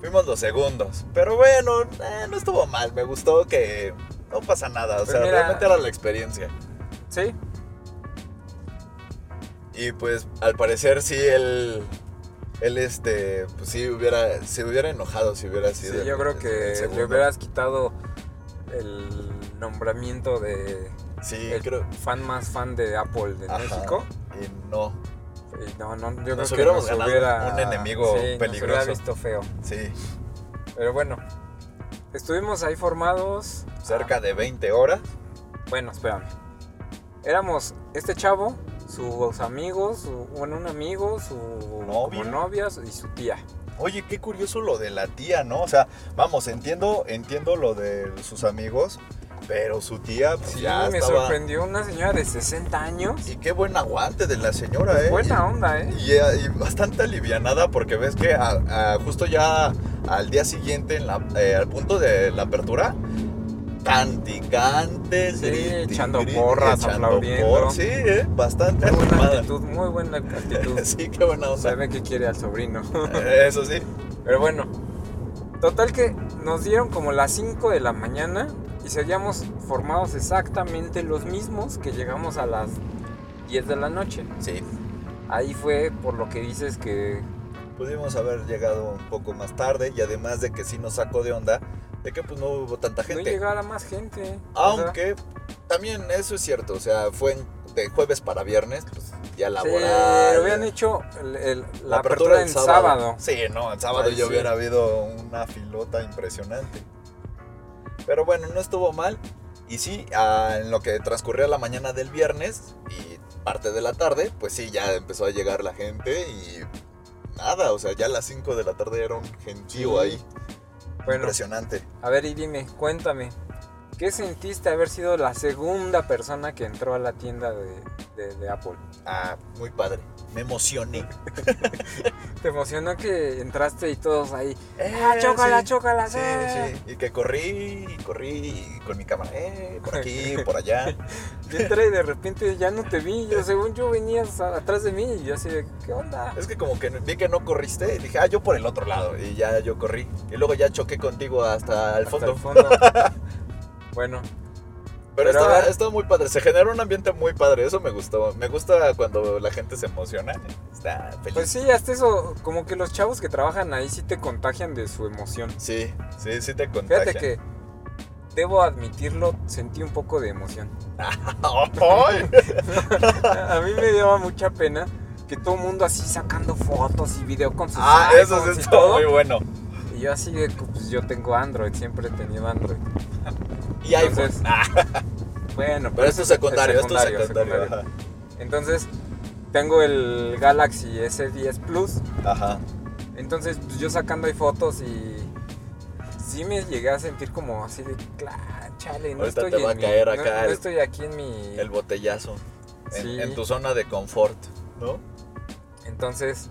B: Fuimos los segundos. Pero bueno, eh, no estuvo mal, me gustó que no pasa nada. O
C: Pues
B: sea,
C: mira.
B: realmente era la experiencia.
C: Sí,
B: Y pues al parecer sí él él este pues sí hubiera se hubiera enojado si hubiera
C: sí,
B: sido. el-
C: yo creo
B: el-
C: que
B: el
C: le
B: segundo.
C: hubieras quitado el nombramiento de
B: sí
C: el
B: creo
C: fan más fan de Apple de
B: Ajá.
C: México.
B: y no.
C: Y Eh, no, no, yo
B: Nos
C: creo que
B: hubiéramos
C: nos
B: ganado
C: hubiera
B: un enemigo
C: sí, nos
B: peligroso.
C: hubiera visto feo.
B: Sí,
C: Pero bueno, estuvimos ahí formados Ah,
B: cerca de 20 horas.
C: Bueno, espérame. Éramos este chavo, sus amigos, su- bueno, un amigo, su como
B: Novia.
C: novia su- y su tía.
B: Oye, qué curioso lo de la tía, ¿no? O sea, vamos, entiendo entiendo lo de sus amigos, pero su tía pues,
C: Sí,
B: ya
C: me
B: estaba
C: sorprendió una señora de 60 años.
B: Y qué buen aguante de la señora, eh.
C: Buena onda, ¿eh?
B: Y, eh, y bastante alivianada porque ves que a- a- justo ya al día siguiente, en la- eh, al punto de la apertura, canticante,
C: Sí, echando porras, aplaudiendo.
B: sí, eh, bastante
C: Muy buena
B: animada.
C: actitud, muy buena actitud.
B: *laughs* Sí, qué buena
C: Se
B: onda.
C: ve que quiere al sobrino.
B: *laughs* Eso sí.
C: Pero bueno, total que nos dieron como las 5 de la mañana y seguíamos formados exactamente los mismos que llegamos a las 10 de la noche.
B: Sí,
C: Ahí fue por lo que dices que
B: pudimos haber llegado un poco más tarde y además de que sí nos sacó de onda, de que pues no hubo tanta
C: no
B: gente.
C: llegara más gente. o sea,
B: Aunque también eso es cierto, o sea, fue en- de jueves para viernes, pues ya
C: sí,
B: laboral.
C: lo habían hecho el- el- la, apertura,
B: del
C: en sábado.
B: Sí, no, el sábado
C: Ay,
B: ya
C: sí.
B: hubiera habido una filota impresionante. Pero bueno, no estuvo mal. Y sí, ah, en lo que transcurría la mañana del viernes y parte de la tarde, pues sí, ya empezó a llegar la gente y nada, o sea, ya a las 5 de la tarde era un gentío
C: Sí.
B: ahí.
C: Bueno,
B: Impresionante.
C: a ver y dime, cuéntame, ¿qué sentiste haber sido la segunda persona que entró a la tienda de, de- de Apple?
B: Ah, muy padre. Me emocioné.
C: ¿Te emocionó que entraste y todos ahí?
B: Eh,
C: ¡Ah, chócala,
B: sí.
C: chócala!
B: Sí,
C: eh!
B: sí. Y que corrí, y corrí y con mi cámara, eh, por
C: *laughs*
B: aquí, por allá.
C: Yo entré y de repente ya no te vi. Yo, según yo, venías a- atrás de mí y yo así de, ¿qué onda?
B: Es que como que vi que no corriste y dije, ah, yo por el otro lado. Y ya yo corrí. Y luego ya choqué contigo hasta el
C: Hasta
B: fondo. *laughs*
C: el fondo. bueno,
B: Pero,
C: Pero
B: estaba,
C: a ver.
B: estaba muy padre. Se generó un ambiente muy padre. Eso me gustó. Me gusta cuando la gente se emociona. Está feliz.
C: Pues sí, hasta eso, como que los chavos que trabajan ahí sí te contagian de su emoción.
B: sí, sí, sí te contagia.
C: Fíjate que, debo admitirlo, sentí un poco
B: *laughs*
C: de emoción.
B: *laughs*
C: *laughs*
B: ¡Ay!
C: A mí me daba mucha pena que todo el mundo así sacando fotos y video con sus
B: ah, eso
C: iPhones
B: sí
C: y
B: estuvo
C: todo.
B: muy bueno.
C: Y yo así, de, pues yo tengo Android, siempre he tenido Android.
B: Y iPhone.
C: Entonces, *laughs* Bueno, pues,
B: Pero esto es secundario,
C: es
B: esto es secundario.
C: secundario. Entonces, tengo el Galaxy S10 Plus.
B: Ajá. Ajá.
C: Entonces pues, yo sacando ahí fotos y sí me llegué a sentir como así de, "Cla- chale, no
B: Ahorita
C: estoy,
B: te va
C: en
B: a
C: mi-
B: caer
C: no-
B: acá
C: no
B: el-
C: estoy aquí en mi...
B: El botellazo. En,
C: Sí.
B: en tu zona de confort, ¿no?
C: Entonces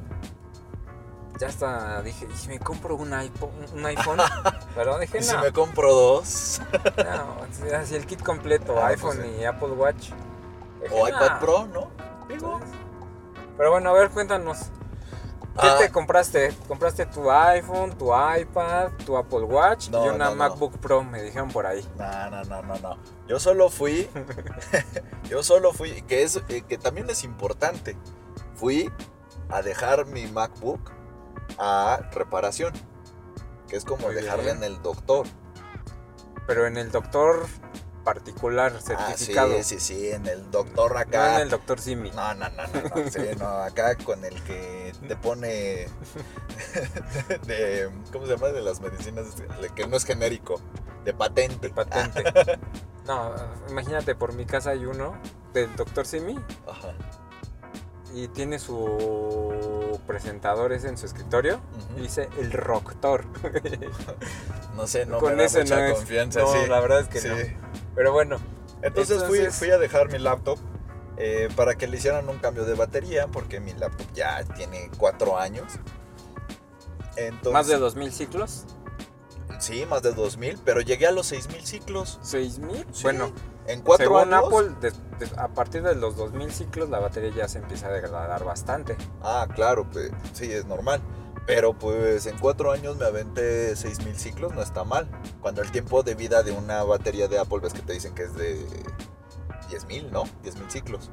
C: ya hasta dije, ¿y si me compro un iPhone?
B: *laughs*
C: Un iPhone? Pero dije,
B: Y
C: no,
B: si me compro dos.
C: no, así- así el kit completo,
B: Ah, pues,
C: iPhone y Apple Watch. Dije,
B: O
C: "No".
B: iPad Pro, ¿no? Digo.
C: Entonces, Pero bueno, a ver, cuéntanos. ¿Qué
B: Ah.
C: te compraste? ¿Compraste tu iPhone, tu iPad, tu Apple Watch
B: No,
C: y una
B: no, no.
C: MacBook Pro? Me dijeron por ahí.
B: No, no, no, no, no. Yo solo
C: *laughs*
B: fui. *laughs* yo solo fui. Que, es, eh, que también es importante. Fui a dejar mi MacBook a reparación. Que es como
C: Muy
B: dejarla
C: bien.
B: en el doctor.
C: Pero en el doctor particular,
B: Ah,
C: certificado.
B: sí, sí, sí. En el doctor
C: No en
B: acá.
C: el doctor Simi.
B: No, no, no, no, no, sí, no, acá con el que te
C: *laughs*
B: pone este, de, ¿cómo se llama? De las medicinas, de- que no es genérico, de patente. *laughs*
C: de patente. No, imagínate, por mi casa hay uno del doctor Simi
B: Ajá.
C: y tiene su presentador ese en su escritorio
B: Ujú.
C: y dice el Roctor.
B: No sé, no
C: Con
B: me da
C: ese
B: mucha
C: no es-
B: confianza.
C: no,
B: sí.
C: la verdad es que
B: Sí.
C: no. Pero bueno,
B: Entonces, fui-
C: Entonces-
B: fui, a dejar mi laptop eh, para que le hicieran un cambio de batería, porque mi laptop ya tiene cuatro años. Entonces,
C: más de 2000 ciclos,
B: Sí, más de 2000, pero llegué a los 6000 ciclos.
C: 6000.
B: Sí,
C: Bueno,
B: en cuatro
C: según
B: años.
C: Apple, de- de- a partir de los 2000 ciclos la batería ya se empieza a degradar bastante.
B: Ah, claro, pues sí, es normal. Pero pues en cuatro años me aventé 6000 ciclos, no está mal. Cuando el tiempo de vida de una batería de Apple ves que te dicen que es de 10000, ¿no? 10000 ciclos.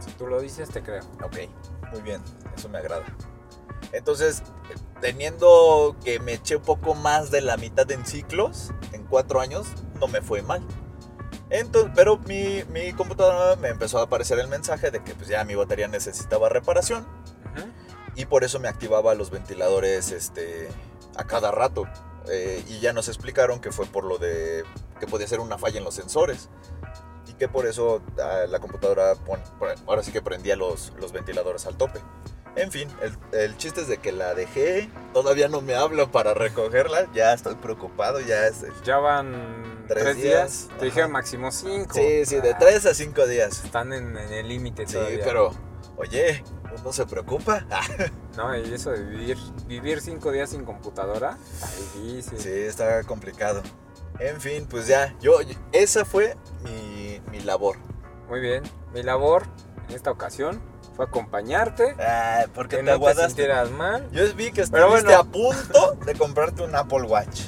C: Si tú lo dices, te creo.
B: Ok, muy bien, eso me agrada. Entonces, eh, teniendo que me eché un poco más de la mitad en ciclos, en cuatro años, no me fue mal. Entonces, pero mi, mi computadora me empezó a aparecer el mensaje de que pues, ya mi batería necesitaba reparación
C: Ujú.
B: y por eso me activaba los ventiladores este, a cada rato. Eh, y ya nos explicaron que fue por lo de que podía ser una falla en los sensores y que por eso ah, la computadora pon- pon- ahora sí que prendía los, los ventiladores al tope. En fin, el, el chiste es de que la dejé, todavía no me hablan para recogerla, ya estoy preocupado, ya es... el-
C: Ya van
B: Tres
C: tres,
B: días,
C: días.
B: ajá.
C: Te dijeron máximo cinco.
B: Sí, sí, de
C: Ah,
B: tres a cinco días.
C: Están en, en el límite
B: Sí,
C: todavía.
B: pero, oye, uno se preocupa.
C: No, y eso de vivir, vivir cinco días sin computadora, está difícil.
B: Sí, está complicado. En fin, pues ya, yo, yo- esa fue mi, mi labor.
C: Muy bien. Mi labor en esta ocasión fue acompañarte,
B: Ah, porque te
C: que no te
B: aguadaste.
C: sintieras mal.
B: yo vi que
C: Pero
B: estuviste
C: bueno.
B: a punto de comprarte un Apple Watch.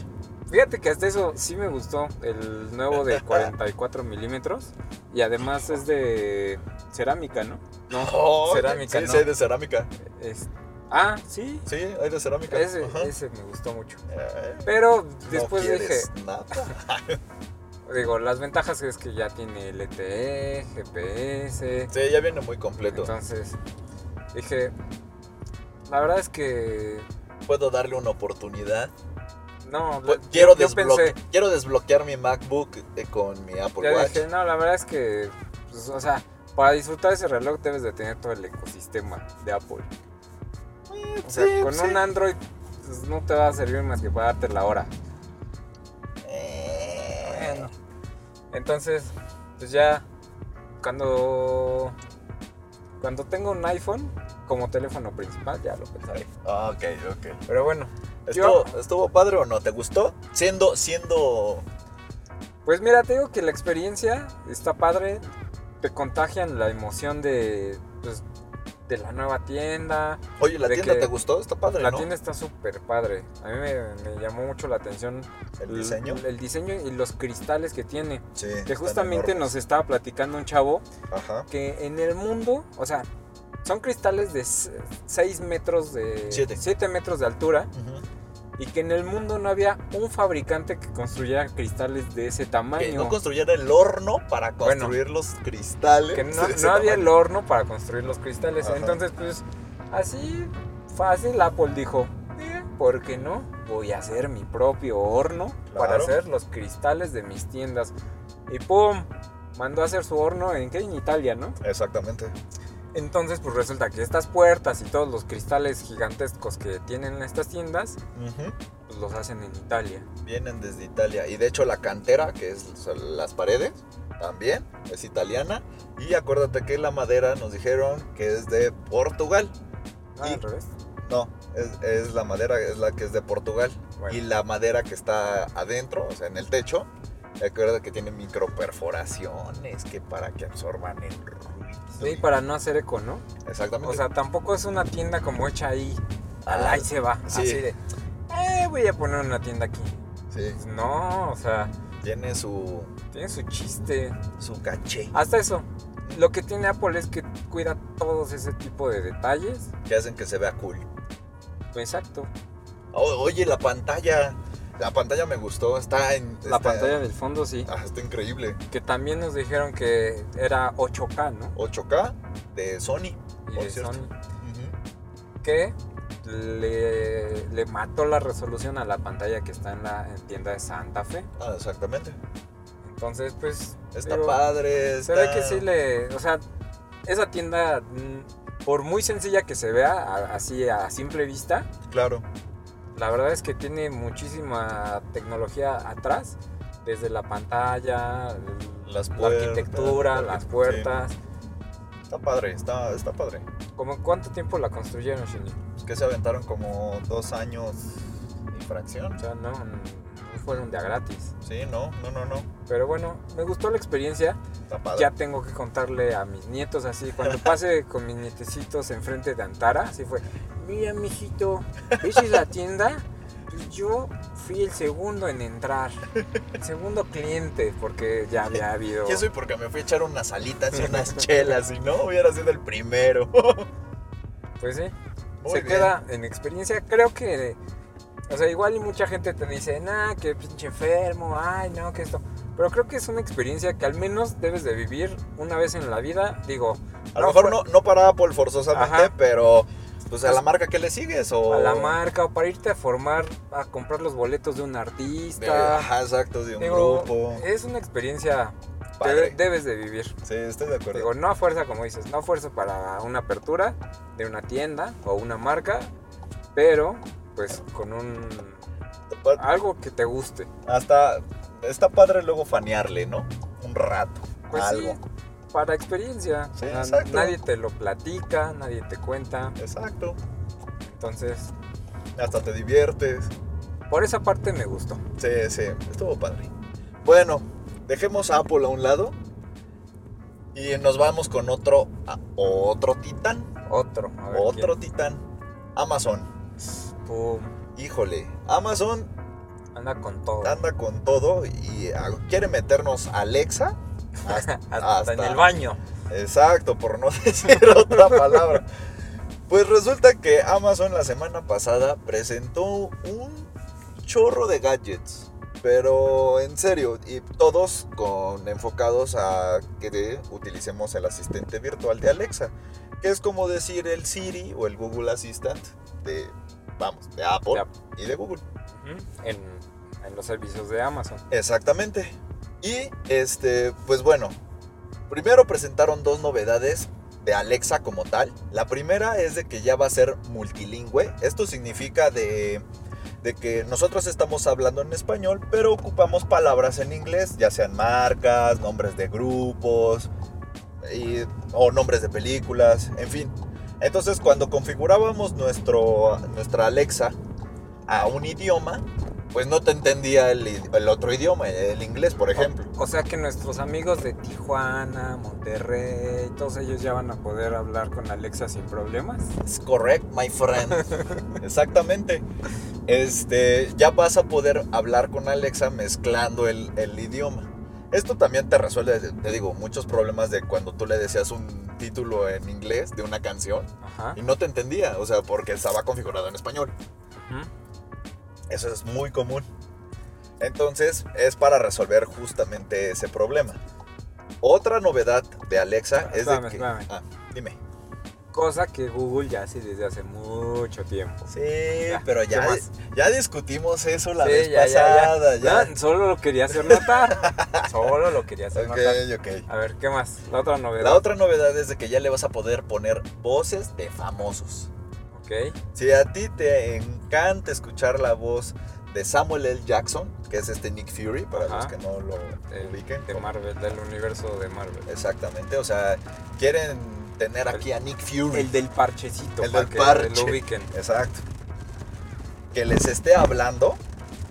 C: Fíjate que hasta eso sí me gustó, el nuevo de 44 milímetros. Y además es de cerámica, ¿no? No,
B: Oh,
C: cerámica,
B: sí,
C: no.
B: sí, hay de cerámica.
C: Es- Ah, sí.
B: Sí, hay de cerámica.
C: Ese,
B: Ajá.
C: ese me gustó mucho.
B: Eh,
C: Pero
B: no
C: después dije,
B: quieres nada.
C: Digo, las ventajas es que ya tiene E, LTE, GPS.
B: Sí, ya viene muy completo.
C: Entonces, dije, la verdad es que
B: Puedo darle una oportunidad. Pu-
C: no. yo-
B: Pues, Quiero,
C: yo
B: desbloque-
C: pensé,
B: quiero desbloquear mi MacBook eh, con mi Apple
C: ya
B: Watch.
C: dije, no, la verdad es que, pues, o sea, para disfrutar ese reloj debes de tener todo el ecosistema de Apple.
B: Eh,
C: O sea,
B: sí,
C: con
B: sí.
C: un Android pues, no te va a servir más que para darte la hora.
B: Eh,
C: Entonces, pues ya cuando cuando tengo un iPhone como teléfono principal ya lo pensaré.
B: Ok, ok.
C: Pero bueno,
B: ¿Estuvo,
C: Yo-
B: ¿Estuvo padre o no? ¿Te gustó? Siendo, siendo.
C: Pues mira, te digo que la experiencia está padre. Te contagian la emoción de, pues, de la nueva tienda.
B: Oye, ¿la
C: De
B: tienda
C: que-
B: te gustó? Está padre,
C: La
B: ¿no?
C: tienda está súper padre. A mí me, me llamó mucho la atención
B: El diseño.
C: el diseño y los cristales que tiene.
B: Sí.
C: Que
B: están
C: justamente
B: enormes.
C: nos estaba platicando un chavo
B: Ajá.
C: que en el mundo, o sea, son cristales de 6 metros de...
B: Siete.
C: 7 metros de altura
B: Ujú.
C: y que en el mundo no había un fabricante que construyera cristales de ese tamaño.
B: Que no construyera el horno para
C: Bueno.
B: construir los cristales. *laughs*
C: que no,
B: de ese
C: no había el
B: tamaño.
C: horno para construir los cristales.
B: Ajá.
C: Entonces, pues, así fácil, Apple dijo, "Eh, ¿por qué no? Voy a hacer mi propio horno para
B: Claro.
C: hacer los cristales de mis tiendas. Y pum, mandó a hacer su horno en, ¿qué? en Italia, ¿no?
B: Exactamente.
C: Entonces, pues resulta que estas puertas y todos los cristales gigantescos que tienen estas tiendas,
B: Ujú.
C: pues los hacen en Italia.
B: Vienen desde Italia. Y de hecho, la cantera, que es o sea, las paredes, también es italiana. Y acuérdate que la madera nos dijeron que es de Portugal.
C: Ah,
B: Y-
C: al revés.
B: No, es, es la madera, es la que es de Portugal.
C: Bueno.
B: Y la madera que está adentro, o sea, en el techo, recuerda que tiene microperforaciones que para que absorban el ruido.
C: Sí, para no hacer eco, ¿no?
B: Exactamente.
C: O sea, tampoco es una tienda como hecha ahí.
B: Ah,
C: Al ahí se va.
B: sí.
C: Así de, eh, voy a poner una tienda aquí.
B: sí,
C: Pues no, o sea,
B: tiene su,
C: tiene su chiste.
B: su caché.
C: Hasta eso. Lo que tiene Apple es que cuida todos ese tipo de detalles.
B: Que hacen que se vea cool.
C: Exacto.
B: O- oye, la pantalla. La pantalla me gustó. Está en.
C: La
B: está-
C: pantalla del fondo, sí.
B: Ah, está increíble.
C: Que también nos dijeron que era 8K, ¿no?
B: 8K de Sony.
C: Y
B: Por
C: de
B: cierto.
C: Sony.
B: Ujú.
C: Que le, le mató la resolución a la pantalla que está en la en tienda de Santa Fe.
B: Ah, exactamente.
C: Entonces, pues.
B: Está
C: digo,
B: padre.
C: Se
B: Está...
C: ve que sí le. O sea, esa tienda, mm, por muy sencilla que se vea, a- así a simple vista,
B: Claro.
C: la verdad es que tiene muchísima tecnología atrás, desde la pantalla, el-
B: Las
C: la
B: puertas,
C: arquitectura,
B: la
C: las
B: arquitect-
C: puertas.
B: Está padre, está, está padre.
C: ¿Cómo en cuánto tiempo la construyeron, Shinji?
B: Es pues, que se aventaron como dos años y
C: O
B: fracción.
C: sea, no, no fueron de a gratis.
B: Sí, no, no, no, no.
C: Pero bueno, me gustó la experiencia.
B: Está padre.
C: Ya tengo que contarle a mis nietos así.
B: *laughs*
C: Cuando pase con mis nietecitos enfrente de Antara, así fue. Mira, mijito, ¿ves la tienda? Y yo fui el segundo en entrar. El segundo cliente, porque ya
B: *laughs*
C: había habido.
B: Y eso y porque me fui a echar unas alitas y unas *laughs* chelas. Si no, hubiera sido el primero. *laughs*
C: Pues sí,
B: Muy
C: se
B: bien.
C: queda en experiencia. Creo que. O sea, igual y mucha gente te dice, nah, que pinche enfermo, ay, no, que esto. Pero creo que es una experiencia que al menos debes de vivir una vez en la vida. Digo,
B: A lo mejor
C: fue-
B: no, no para Apple forzosamente,
C: Ajá.
B: pero pues a la marca que le sigues o...
C: a la marca o para irte a formar, a comprar los boletos de un
B: de-
C: artista.
B: ajá, exacto, de un
C: Digo,
B: grupo.
C: Es una experiencia que
B: Padre.
C: de- debes de vivir.
B: Sí, estoy de acuerdo.
C: Digo, no a fuerza, como dices, no a fuerza para una apertura de una tienda o una marca, pero pues con un
B: Pa-
C: algo que te guste.
B: Hasta está padre luego fanearle, ¿no? Un rato,
C: Pues
B: algo.
C: sí, para experiencia.
B: Sí,
C: O sea,
B: exacto.
C: nadie te lo platica, nadie te cuenta.
B: Exacto.
C: Entonces,
B: Hasta te diviertes.
C: por esa parte me gustó.
B: Sí, sí, estuvo padre. Bueno, dejemos a Apple a un lado y nos vamos con otro, a- otro titán.
C: Otro, a ver.
B: Otro titán. Amazon.
C: quién. Pum,
B: Híjole, Amazon
C: anda con todo.
B: anda con todo y ah, quiere meternos a Alexa. Hasta,
C: *laughs* Hasta,
B: hasta-
C: en el baño.
B: Exacto, por no *laughs* decir otra palabra. Pues resulta que Amazon la semana pasada presentó un chorro de gadgets. Pero en serio, y todos con enfocados a que de- utilicemos el asistente virtual de Alexa, que es como decir el Siri o el Google Assistant de, vamos, de Apple
C: Ya,
B: y de Google.
C: ujú, en, en los servicios de Amazon.
B: Exactamente. Y este, pues bueno, primero presentaron dos novedades de Alexa como tal. La primera es de que ya va a ser multilingüe. Esto significa de, de que nosotros estamos hablando en español, pero ocupamos palabras en inglés, ya sean marcas, nombres de grupos y- o nombres de películas, en fin. Entonces cuando configurábamos nuestro, nuestra Alexa a un idioma, pues no te entendía el, id- el otro idioma, el inglés, por ejemplo.
C: O sea que nuestros amigos de Tijuana, Monterrey, todos ellos ya van a poder hablar con Alexa sin problemas.
B: Es correct, my
C: *laughs*
B: friend. Exactamente. Este, ya vas a poder hablar con Alexa mezclando el, el idioma. Esto también te resuelve, te digo, muchos problemas de cuando tú le decías un título en inglés de una canción
C: Ajá.
B: y no te entendía, o sea, porque estaba configurado en español.
C: ujú.
B: Eso es muy común. Entonces es para resolver justamente ese problema. Otra novedad de Alexa es de
C: Espérame,
B: que...
C: espérame.
B: Ah, dime.
C: Cosa que Google ya hace desde hace mucho tiempo.
B: Sí,
C: Ya,
B: pero
C: ¿qué *laughs*
B: ya,
C: más?
B: ya discutimos eso la
C: Sí,
B: vez
C: ya, ya, ya.
B: pasada. Ya,
C: No, solo lo quería hacer notar.
B: *laughs*
C: solo lo quería hacer notar.
B: Ok, ok.
C: A ver, ¿qué más? La otra novedad.
B: La otra novedad es de que ya le vas a poder poner voces de famosos.
C: Ok.
B: Si a ti te encanta escuchar la voz de Samuel L. Jackson, que es este Nick Fury, para
C: Ajá.
B: los que no lo ubiquen.
C: De, de Marvel, del universo de Marvel.
B: Exactamente, o sea, quieren tener aquí a Nick Fury.
C: El del parchecito.
B: El
C: para
B: del
C: que
B: parche.
C: Lo ubiquen.
B: Exacto. Que les esté hablando,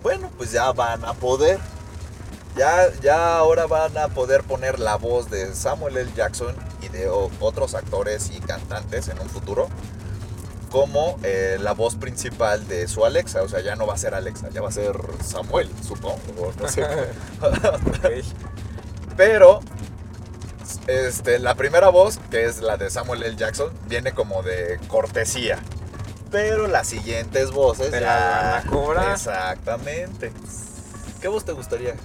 B: bueno, pues ya van a poder. Ya, ya ahora van a poder poner la voz de Samuel L. Jackson y de o- otros actores y cantantes en un futuro como eh, la voz principal de su Alexa. O sea, ya no va a ser Alexa, ya va a ser Samuel, supongo. o no sé.
C: Ok.
B: Pero este, la primera voz, que es la de Samuel L. Jackson, viene como de cortesía. Pero las siguientes voces
C: Te
B: ya
C: la van a cobrar.
B: Exactamente. ¿Qué voz te gustaría?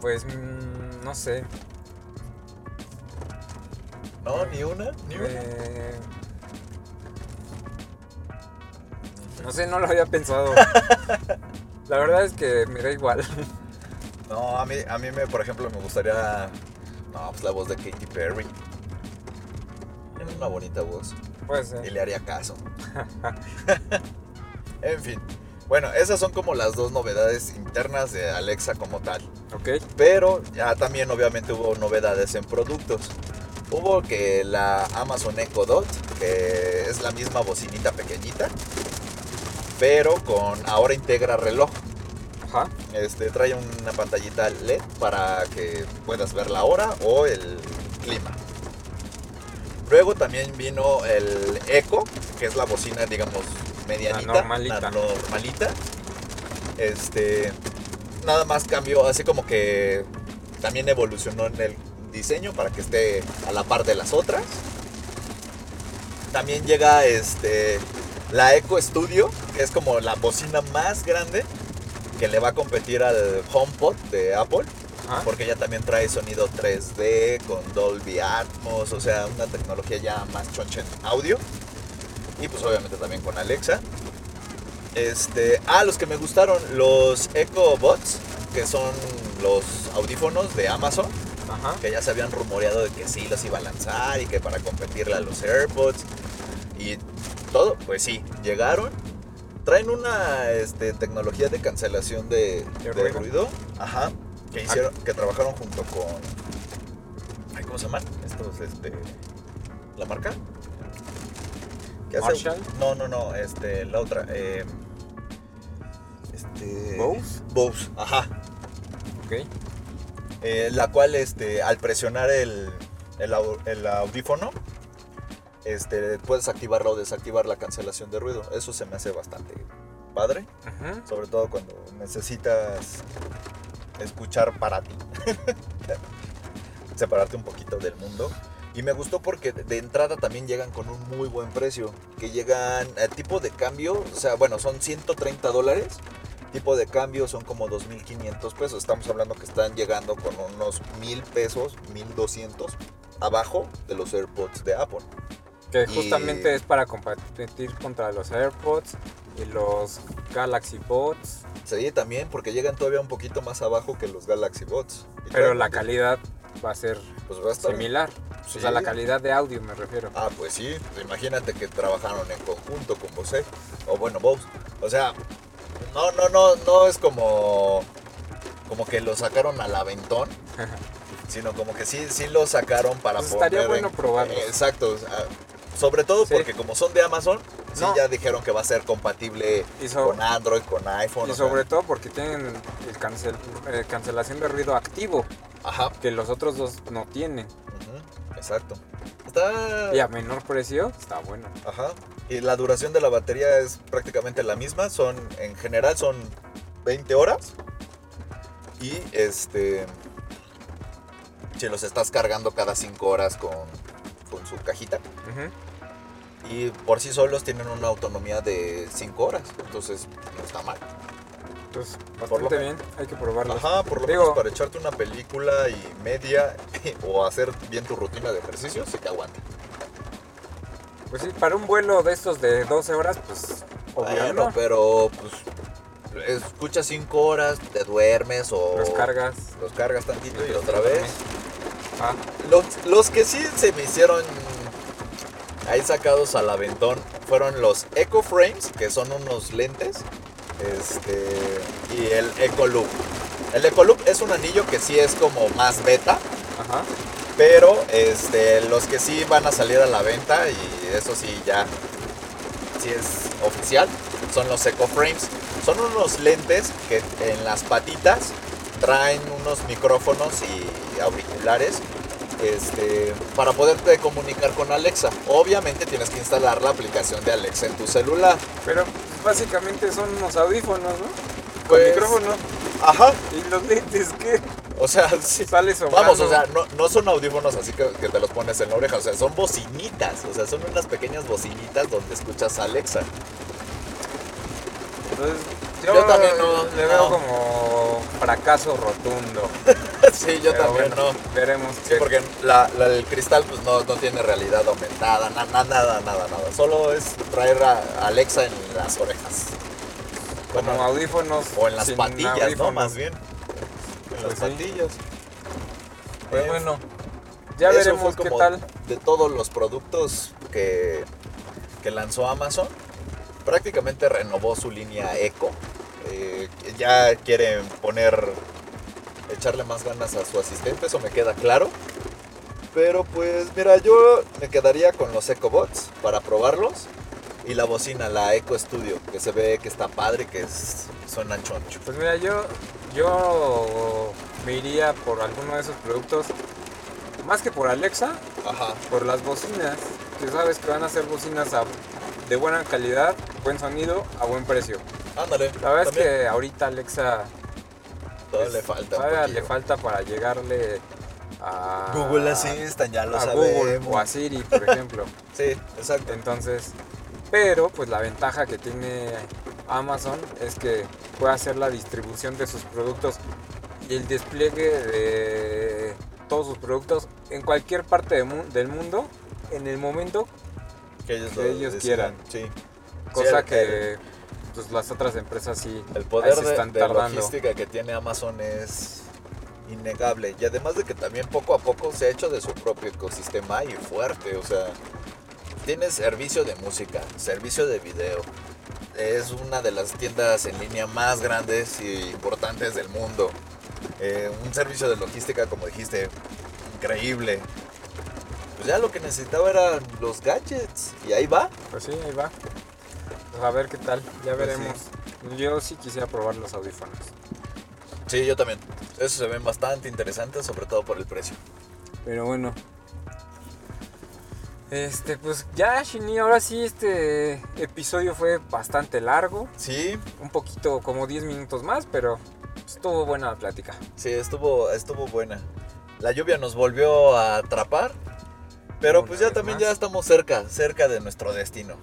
C: Pues mm, no sé.
B: No, ni una, ni una.
C: Eh, No sé, no lo había pensado. La verdad es que me da igual. *laughs*
B: No, a mí, a mí me, por ejemplo, me gustaría. No, pues la voz de Katy Perry. Tiene una bonita voz.
C: Pues
B: Y
C: eh,
B: le haría
C: *laughs*
B: caso. en fin. Bueno, esas son como las dos novedades internas de Alexa como tal.
C: ok.
B: Pero ya también obviamente hubo novedades en productos. Hubo que la Amazon Echo Dot, que es la misma bocinita pequeñita, pero con ahora integra reloj.
C: Ajá.
B: Este, trae una pantallita LED para que puedas ver la hora o el clima. Luego también vino el Echo, que es la bocina, digamos, medianita,
C: La normalita.
B: la normalita. Este, nada más cambió, así como que también evolucionó en el diseño para que esté a la par de las otras. También llega este, la Echo Studio, que es como la bocina más grande que le va a competir al HomePod de Apple,
C: Ajá.
B: porque ya también trae sonido 3D con Dolby Atmos, o sea, una tecnología ya más choncha en audio. Y pues obviamente también con Alexa. Este, ah, los que me gustaron, los Echo Bots, que son los audífonos de Amazon,
C: Ajá.
B: que ya se habían rumoreado de que sí los iba a lanzar y que para competirle a los AirPods y todo, pues sí, llegaron. Traen una este, tecnología de cancelación de,
C: De
B: de
C: ruido.
B: ruido. ajá, que hicieron, que trabajaron junto con, ay, ¿cómo se llaman? Estos, este, la marca. ¿Qué hace?
C: Marshall.
B: No, no, no, este, la otra, eh, este,
C: Bose.
B: Bose, ajá,
C: Ok.
B: eh, la cual este, al presionar el, el au- el audífono, este, puedes activarla o desactivar la cancelación de ruido. Eso se me hace bastante padre,
C: Ajá.
B: sobre todo cuando necesitas escuchar para ti, *laughs* separarte un poquito del mundo. Y me gustó porque de- de entrada también llegan con un muy buen precio, que llegan a tipo de cambio, o sea, bueno, son 130 dólares, tipo de cambio son como 2.500 pesos, estamos hablando que están llegando con unos 1.000 pesos, 1.200 abajo de los AirPods de Apple.
C: Que
B: Y-
C: justamente es para competir contra los AirPods y los Galaxy Bots,
B: Sí, también porque llegan todavía un poquito más abajo que los Galaxy Bots. Y
C: pero
B: traen-
C: la calidad va a ser
B: pues va a estar-
C: similar. O sea,
B: Sí.
C: la calidad de audio me refiero.
B: Ah, pues sí, pues imagínate que trabajaron en conjunto con Bose, o bueno, Bose. O sea, no, no, no, no es como, como que lo sacaron al aventón, sino como que sí, sí lo sacaron para
C: Pues estaría
B: poner en-
C: bueno probarlos.
B: exacto, o sea, sobre todo
C: Sí.
B: porque como son de Amazon, sí
C: No.
B: ya dijeron que va a ser compatible
C: *laughs* Y so-
B: con Android, con iPhone.
C: Y
B: o sea,
C: sobre todo porque tienen el cancel, eh, cancelación de ruido activo,
B: ajá,
C: que los otros dos no tienen.
B: ujú, exacto. Está...
C: Y a menor precio, está bueno.
B: Ajá. Y la duración de la batería es prácticamente la misma. Son, en general, son 20 horas. Y este. Si los estás cargando cada 5 horas con, con su cajita.
C: Ujú.
B: Y por sí solos tienen una autonomía de 5 horas. Entonces, no está mal.
C: Pues
B: Por lo
C: bastante bien, hay que probarlos.
B: Ajá, por lo
C: Digo-
B: menos para echarte una película y media. *laughs* o hacer bien tu rutina de ejercicio, se te aguanta.
C: Pues sí, para un vuelo de estos de 12 horas, pues obvio,
B: Bueno,
C: ¿no?
B: pero pues. Escuchas 5 horas, te duermes o.
C: Los cargas.
B: los cargas tantito y otra vez.
C: Ah,
B: Los, los que sí se me hicieron ahí sacados al aventón fueron los Echo Frames, que son unos lentes, este, y el Echo Loop. El Echo Loop es un anillo que sí es como más beta,
C: ajá.
B: pero este, los que sí van a salir a la venta, y eso sí ya sí es oficial, son los Echo Frames. Son unos lentes que en las patitas traen unos micrófonos y auriculares este, para poderte comunicar con Alexa. Obviamente tienes que instalar la aplicación de Alexa en tu celular.
C: Pero pues, básicamente son unos audífonos, ¿no? Con
B: Pues-
C: micrófono.
B: Ajá,
C: ¿Y los lentes qué?
B: o sea, *laughs* sí.
C: Sale sobrando.
B: Vamos, o sea, no, no son audífonos así que, que te los pones en la oreja, o sea, son bocinitas, o sea, son unas pequeñas bocinitas donde escuchas a Alexa. *laughs*
C: Entonces,
B: yo también no-
C: Le veo
B: no.
C: como fracaso rotundo.
B: sí, yo
C: Pero
B: también
C: bueno,
B: no.
C: Veremos.
B: Sí,
C: qué-
B: porque la- la- el cristal pues no, no tiene realidad aumentada, na- na- nada, nada, nada. Solo es traer a Alexa en las orejas.
C: como
B: Bueno,
C: audífonos.
B: o en las
C: sin
B: patillas, ¿no?
C: audífonos.
B: Más bien. En las
C: Pues sí.
B: patillas.
C: Pues
B: Eh,
C: bueno, ya
B: eso
C: veremos
B: fue
C: qué
B: como
C: tal.
B: De todos los productos que, que lanzó Amazon, prácticamente renovó su línea Eco. Eh, ya quieren poner, echarle más ganas a su asistente, eso me queda claro. Pero pues mira, yo me quedaría con los EcoBots para probarlos. Y la bocina, la Eco Studio, que se ve que está padre, que es- suena choncho.
C: Pues mira, yo, yo me iría por alguno de esos productos, más que por Alexa,
B: Ajá,
C: por las bocinas, que sabes que van a ser bocinas a- de buena calidad, buen sonido, a buen precio.
B: ándale.
C: La verdad
B: también.
C: es que ahorita Alexa
B: Todavía
C: pues,
B: le falta. un
C: todavía le
B: poquillo.
C: falta para llegarle a
B: Google Assistant, ya lo
C: a Google
B: sabemos.
C: o a Siri, por ejemplo.
B: Sí, exacto.
C: Entonces, pero pues la ventaja que tiene Amazon es que puede hacer la distribución de sus productos y el despliegue de todos sus productos en cualquier parte de mu- del mundo en el momento,
B: Que ellos,
C: que
B: lo
C: ellos
B: decidan, Sí.
C: cosa
B: Sí, el-
C: que pues, las otras empresas sí.
B: El
C: ahí
B: poder
C: se
B: de,
C: están
B: de
C: tardando.
B: logística que tiene Amazon es innegable. Y además de que también poco a poco se ha hecho de su propio ecosistema y fuerte. O sea, tiene servicio de música, servicio de video. Es una de las tiendas en línea más grandes y importantes del mundo. Eh, un servicio de logística, como dijiste, increíble. Pues ya lo que necesitaba eran los gadgets. Y ahí va.
C: Pues sí, ahí va. Pues, a ver qué tal,
B: Pues,
C: ya
B: sí.
C: veremos. Yo sí quisiera probar los audífonos.
B: Sí, yo también. Eso se ven bastante interesantes, sobre todo por el precio.
C: Pero bueno. Este, pues ya, Shini, ahora sí este episodio fue bastante largo.
B: Sí,
C: Un poquito, como 10 minutos más, pero estuvo buena la plática.
B: sí, estuvo, estuvo buena. La lluvia nos volvió a atrapar, pero
C: Una
B: pues ya
C: vez
B: también
C: más.
B: ya estamos cerca, cerca de nuestro destino.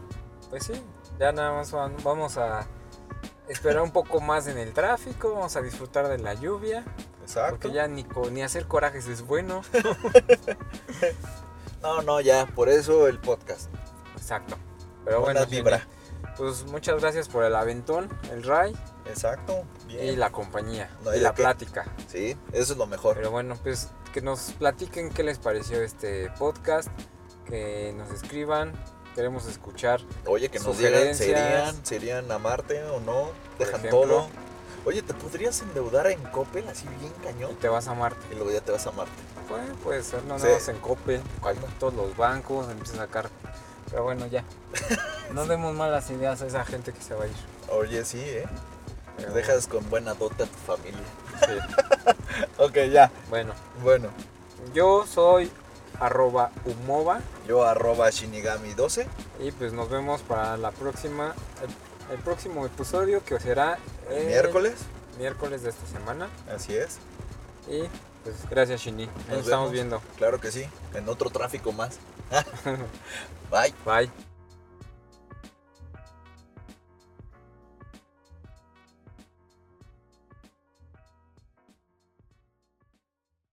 C: Pues sí, ya nada más van- vamos a esperar un poco más en el tráfico, vamos a disfrutar de la lluvia,
B: Exacto.
C: porque ya ni, co- ni hacer corajes
B: *laughs*
C: es bueno.
B: No, no, ya, por eso el podcast.
C: Exacto. Pero
B: Buena
C: Ah, bueno,
B: vibra.
C: Shini, pues muchas gracias por el aventón, el ray
B: Exacto. Bien.
C: y la compañía
B: No hay
C: y
B: de
C: la
B: qué.
C: plática.
B: Sí, eso es lo mejor.
C: Pero bueno, pues que nos platiquen qué les pareció este podcast, que nos escriban, queremos escuchar.
B: Oye, que nos digan, ¿se
C: Sugerencias.
B: irían, se irían a Marte o no?
C: Por
B: Dejan
C: ejemplo.
B: todo. Oye, ¿te podrías endeudar en Coppel así bien
C: y
B: cañón?
C: te vas a Marte.
B: Y luego ya te vas a Marte.
C: Bueno, puede ser, no,
B: Sí.
C: no, en Coppel, cual- todos los bancos, empiezan a sacar. Pero bueno,
B: *laughs*
C: ya. No demos malas ideas a esa gente que se va a ir.
B: Oye, sí, ¿eh?
C: Pero
B: Dejas con buena dote a tu familia. *laughs*
C: bueno, sí.
B: Ok, ya.
C: Bueno,
B: Bueno,
C: yo soy arroba umova
B: yo arroba Shinigami12.
C: y pues nos vemos para la próxima, el, el próximo episodio que será el
B: Miércoles.
C: miércoles de esta semana.
B: Así es.
C: Y pues gracias Shini. Nos,
B: Nos vemos.
C: estamos viendo. *laughs*
B: Claro que sí. En otro tráfico más. *laughs* Bye.
C: Bye.